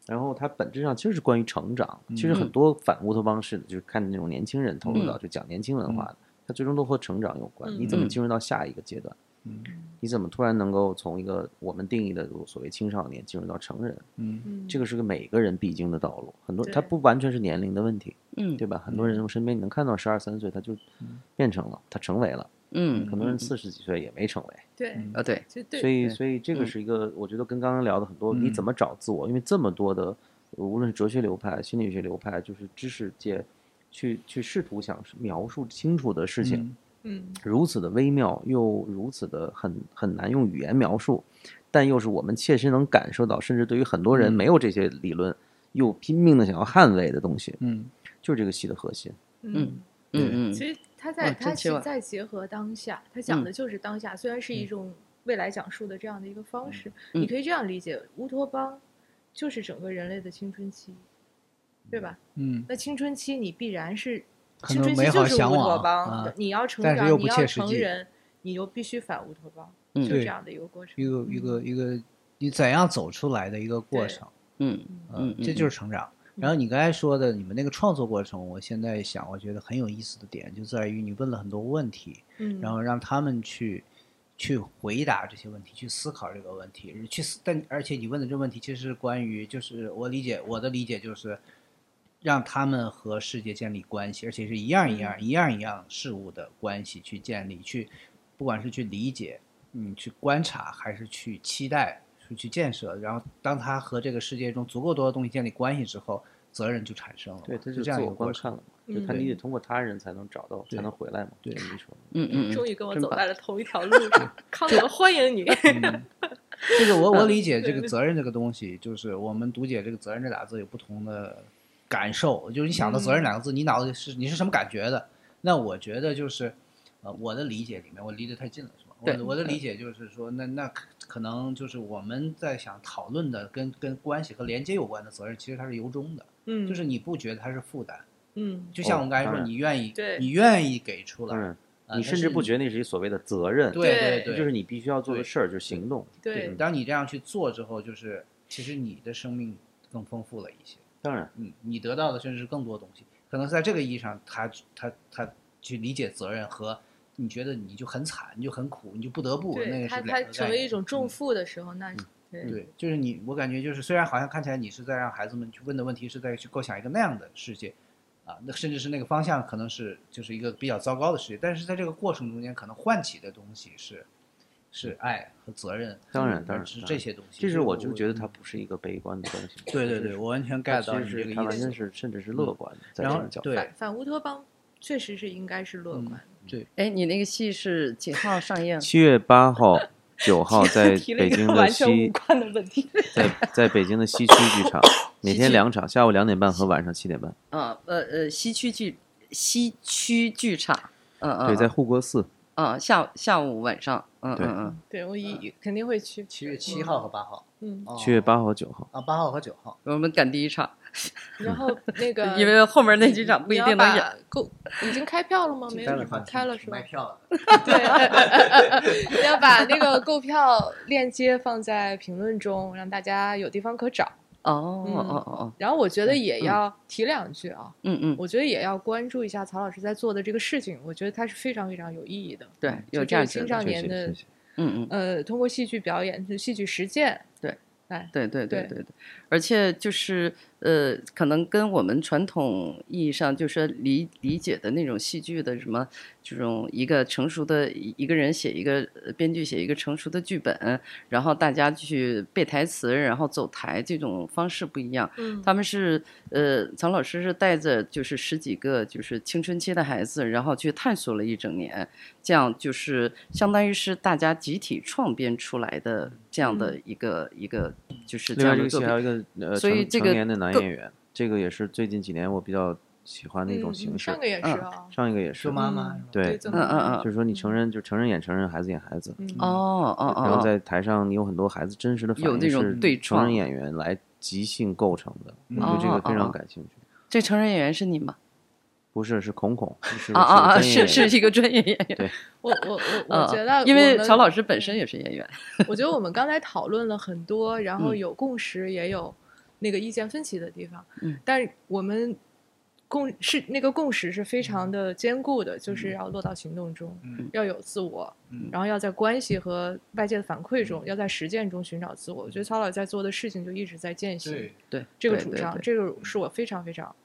S3: 然后它本质上其实是关于成长，其实很多反乌托邦式的，就是看那种年轻人投入到就讲年轻文化的，它最终都和成长有关。
S4: 嗯
S3: 你怎么进入到下一个阶段？
S2: 嗯
S3: 你怎么突然能够从一个我们定义的所谓青少年进入到成人？
S2: 嗯
S4: 嗯，
S3: 这个是个每个人必经的道路，很多它
S4: 对
S3: 不完全是年龄的问题，
S1: 嗯
S3: 对吧？很多人我身边你能看到十二三岁他就变成了，他成为了，
S1: 嗯
S3: 很多人四十几岁也没成为。
S4: 对，
S1: 啊对，
S4: 就
S3: 嗯
S4: 对，
S3: 所以，
S1: 对
S3: 所以这个
S1: 嗯
S3: 是一个，我觉得跟刚刚聊的很多，你
S2: 嗯
S3: 怎么找自我？因为这么多的，无论是哲学流派、心理学流派，就是知识界，去去试图想描述清楚的事情，
S4: 嗯
S3: 如此的微妙，又如此的很很难用语言描述，但又是我们切身能感受到，甚至对于很多人
S2: 嗯
S3: 没有这些理论，又拼命的想要捍卫的东西，
S2: 嗯
S3: 就是这个戏的核心。
S4: 嗯。
S1: 嗯嗯
S4: 其实他在
S1: 哇
S4: 他
S1: 真
S4: 其
S1: 希
S4: 实
S1: 望
S4: 在结合当下，他讲
S1: 嗯
S4: 的就是当下，虽然是
S3: 嗯
S4: 一种未来讲述的这样的一个方式，
S1: 嗯
S4: 你可以这样理解，乌托邦就是整个人类的青春期，对吧？
S2: 嗯，
S4: 那青春期你必然是
S2: 很多
S4: 青春期
S2: 美好
S4: 就是乌
S2: 向
S4: 托
S2: 往
S4: 邦，
S2: 啊
S4: 你要成
S2: 但是又
S4: 长，
S2: 不
S4: 你要
S2: 切实
S4: 成
S2: 际
S4: 人，你就必须反乌托邦，
S1: 嗯
S4: 就
S2: 对
S4: 这样的一个过程。
S2: 一个一个一个你怎样走出来的一个过
S4: 对
S2: 程，
S1: 嗯
S2: 嗯
S1: 嗯，
S2: 这就是成长。然后你刚才说的你们那个创作过程，我现在想，我觉得很有意思的点就在于你问了很多问题，
S4: 嗯，
S2: 然后让他们去去回答这些问题，去思考这个问题，去思。但而且你问的这问题，其实是关于就是我理解我的理解就是让他们和世界建立关系，而且是一样一样、
S3: 嗯
S2: 一样一样事物的关系去建立，去不管是去理解，嗯，去观察，还是去期待，去去建设。然后当他和这个世界中足够多的东西建立关系之后，责任就产生了嘛，
S3: 对，他
S2: 就
S3: 就
S2: 这样
S3: 自
S2: 一
S3: 我
S2: 个过
S3: 观
S2: 程。
S3: 看了嘛，就他
S4: 嗯
S3: 理解通过他人才能找到，
S2: 对
S3: 才能回来嘛。
S2: 对
S3: 这么一说，
S1: 嗯嗯
S4: 终
S1: 嗯，
S4: 于跟我
S1: 真
S4: 走
S1: 棒
S4: 在了同一条 路上，康德欢迎你。
S2: 嗯， 这个我我理解这个
S4: 对
S2: 责任这个东西，就是我们读解这个责任这俩字有不同的感受。就是你想到责任两个字，你脑子里是你是什么感觉的？那我觉得就是，呃，我的理解里面，我离得太近了，是吧？我
S1: 对
S2: 的我的理解就是说，那那可可能就是我们在想讨论的跟跟关系和连接有关的责任，其实它是由衷的，
S4: 嗯，
S2: 就是你不觉得它是负担。
S4: 嗯，
S2: 就像我们刚才
S3: 当
S2: 说，
S3: 然
S2: 你愿意
S4: 对，
S2: 你愿意给出
S3: 当
S2: 来，
S3: 然，
S2: 啊
S3: 你
S2: 但
S3: 甚
S2: 是
S3: 至不
S2: 你
S3: 觉得那是一所谓的责任，
S2: 对对
S4: 对
S2: 对，
S3: 就是你必须要做的
S2: 对
S3: 事儿，就是行动。
S4: 对，
S2: 当你这样去做之后，就是其实你的生命更丰富了一些，
S3: 当然，
S2: 嗯，你得到的甚至是更多东西。可能是在这个意义上，他他他去理解责任和你觉得你就很惨，你就很苦，你就不得不，那
S4: 对
S2: 个
S4: 他
S2: 是
S4: 他
S2: 两个
S4: 成
S2: 概
S4: 为一
S2: 念。嗯
S4: 种重负的时候，那对
S3: 嗯
S2: 对，就是你，我感觉就是虽然好像看起来你是在让孩子们去问的问题是在去构想一个那样的世界，啊，那甚至是那个方向可能是就是一个比较糟糕的世界，但是在这个过程中间可能唤起的东西是是爱和责任，
S3: 嗯当然，当
S2: 而
S3: 然，
S2: 是
S3: 当
S2: 这
S3: 然。
S2: 些东西。
S3: 这是
S2: 所以
S3: 我就觉得
S2: 嗯
S3: 它不是一个悲观 的东西。
S2: 对对
S3: 就是
S2: 对，我完全
S3: 它
S2: get 到
S3: 其
S2: 你
S3: 实
S2: 这
S3: 是
S2: 个
S3: 它
S2: 意
S3: 完全
S2: 思。
S3: 是甚至是
S2: 嗯
S3: 乐观的，在
S2: 然
S3: 这
S2: 后
S3: 种角度，
S2: 对
S4: 反反乌托邦确实是应该是乐
S2: 嗯
S4: 观。
S2: 对，
S1: 哎，你那个戏是几号上映？
S3: 七月八号、九
S2: 哦
S3: 号在
S4: 提了
S3: 北
S4: 一个
S3: 京
S4: 完
S3: 的
S4: 全无
S3: 西，
S4: 关的问题。
S3: 在在北京的西区剧场，每天两场，下午两点半和晚上七点半。
S1: 啊，呃呃，西区剧西区剧场，嗯嗯，
S3: 对，在护国寺。
S1: 嗯下下午晚上，嗯
S3: 对
S1: 嗯嗯，
S4: 对我一肯定会去。
S2: 七月七号和八号，
S4: 嗯，
S2: 哦
S3: 七月八号、九号，
S2: 啊，八号和九号，
S1: 我们赶第一场，
S4: 然 后那个
S1: 因为后面 那几场不
S4: 你
S1: 一
S4: 要
S1: 定能演
S4: 把。购已经开票了吗？没
S3: 开
S4: 有
S3: 了
S4: 吗，开了是吧
S2: 卖？票了。
S4: 对， 要把那个购票链接放在评论中，让大家有地方可找。
S1: 哦
S4: 嗯
S1: 哦哦哦，
S4: 然后我觉得也
S1: 嗯
S4: 要提两句啊，
S1: 嗯嗯，
S4: 我觉得也要关注一下曹老师在做的这个事情，我觉得它是非常非常有意义的。
S1: 对，有
S4: 就
S1: 价
S4: 这
S1: 值的，
S4: 个青少
S3: 谢
S4: 年
S3: 谢
S4: 的
S3: 谢谢。
S1: 嗯嗯，
S4: 呃，通过戏剧表演、就戏剧实践，
S1: 对对对对
S4: 对
S1: 对，而且就是呃，可能跟我们传统意义上就是理理解的那种戏剧的什么这种一个成熟的一一个人写一个呃编剧写一个成熟的剧本，然后大家去背台词，然后走台这种方式不一样。
S4: 嗯
S1: 他们是呃，曹老师是带着就是十几个就是青春期的孩子，然后去探索了一整年，这样就是相当于是大家集体创编出来的这样的
S4: 嗯
S1: 一个、一个就是这
S3: 另外
S1: 样的作
S3: 这个戏
S1: 品
S3: 还。有一个呃，
S1: 所以
S3: 成
S1: 这
S3: 成
S1: 个
S3: 年的男
S1: 更
S3: 演员，这个也是最近几年我比较喜欢的一种
S4: 嗯
S3: 形式
S4: 上。个也是
S1: 嗯
S4: 啊，
S3: 上一个也是
S2: 说，妈妈是吧
S3: 对
S4: 怎
S1: 嗯嗯嗯
S3: 就是说你成人就成人演成人，孩子演孩子，
S4: 嗯
S1: 哦哦
S3: 然后
S1: 哦，
S3: 在台上你有很多孩子真实的反
S1: 有
S3: 应
S1: 那种
S3: 是
S1: 对
S3: 成人
S1: 撞
S3: 演员来即兴构成的，
S2: 嗯
S3: 我对这个
S1: 哦
S3: 非
S1: 哦
S3: 常感兴趣。
S1: 这成人演员是你吗？
S3: 不是，是孔孔，是
S1: 啊啊啊！
S3: 是
S1: 是
S3: 个专业演
S1: 是
S3: 员
S1: 一个专业演员。
S4: 我我我
S1: 嗯
S4: 我嗯觉得，
S1: 因为曹老师本身
S4: 也，
S1: 也是演员。
S4: 我觉得我们刚才讨论了很多，然后
S1: 嗯
S4: 有共识，也有那个意见分歧的地方，
S1: 嗯
S4: 但我们共是那个共识是非常
S1: 嗯
S4: 的坚固的，就是要落到行动中，
S2: 嗯
S4: 要有自我，
S2: 嗯
S4: 然后要在关系和外界的反馈
S1: 嗯
S4: 中，要在实践中寻找自我。我觉得曹老师在做的事情就一直在践行
S2: 对，
S1: 对
S4: 这个
S1: 对
S4: 主
S1: 对嗯
S4: 张，
S1: 对
S4: 这个是我非常非常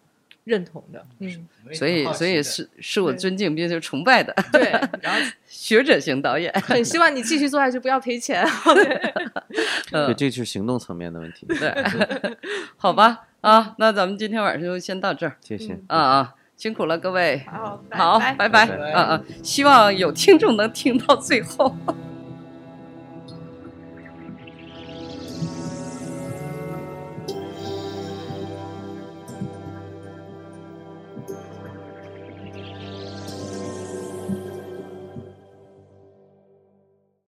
S4: 认同的，嗯，
S1: 所以所以是是我
S4: 对
S1: 尊敬并且崇拜的
S4: 对，然后
S1: 学者型导演。
S4: 很希望你继续做下去，不要赔钱。
S3: 对，
S1: 嗯，
S3: 这就是行动层面的问题。
S1: 对，好吧啊，那咱们今天晚上就先到这儿
S3: 谢谢
S4: 嗯。
S1: 啊啊，辛苦了各位，
S4: 好，
S1: 好，
S4: 拜
S1: 拜拜嗯
S3: 拜拜
S1: 啊啊，希望有听众能听到最后。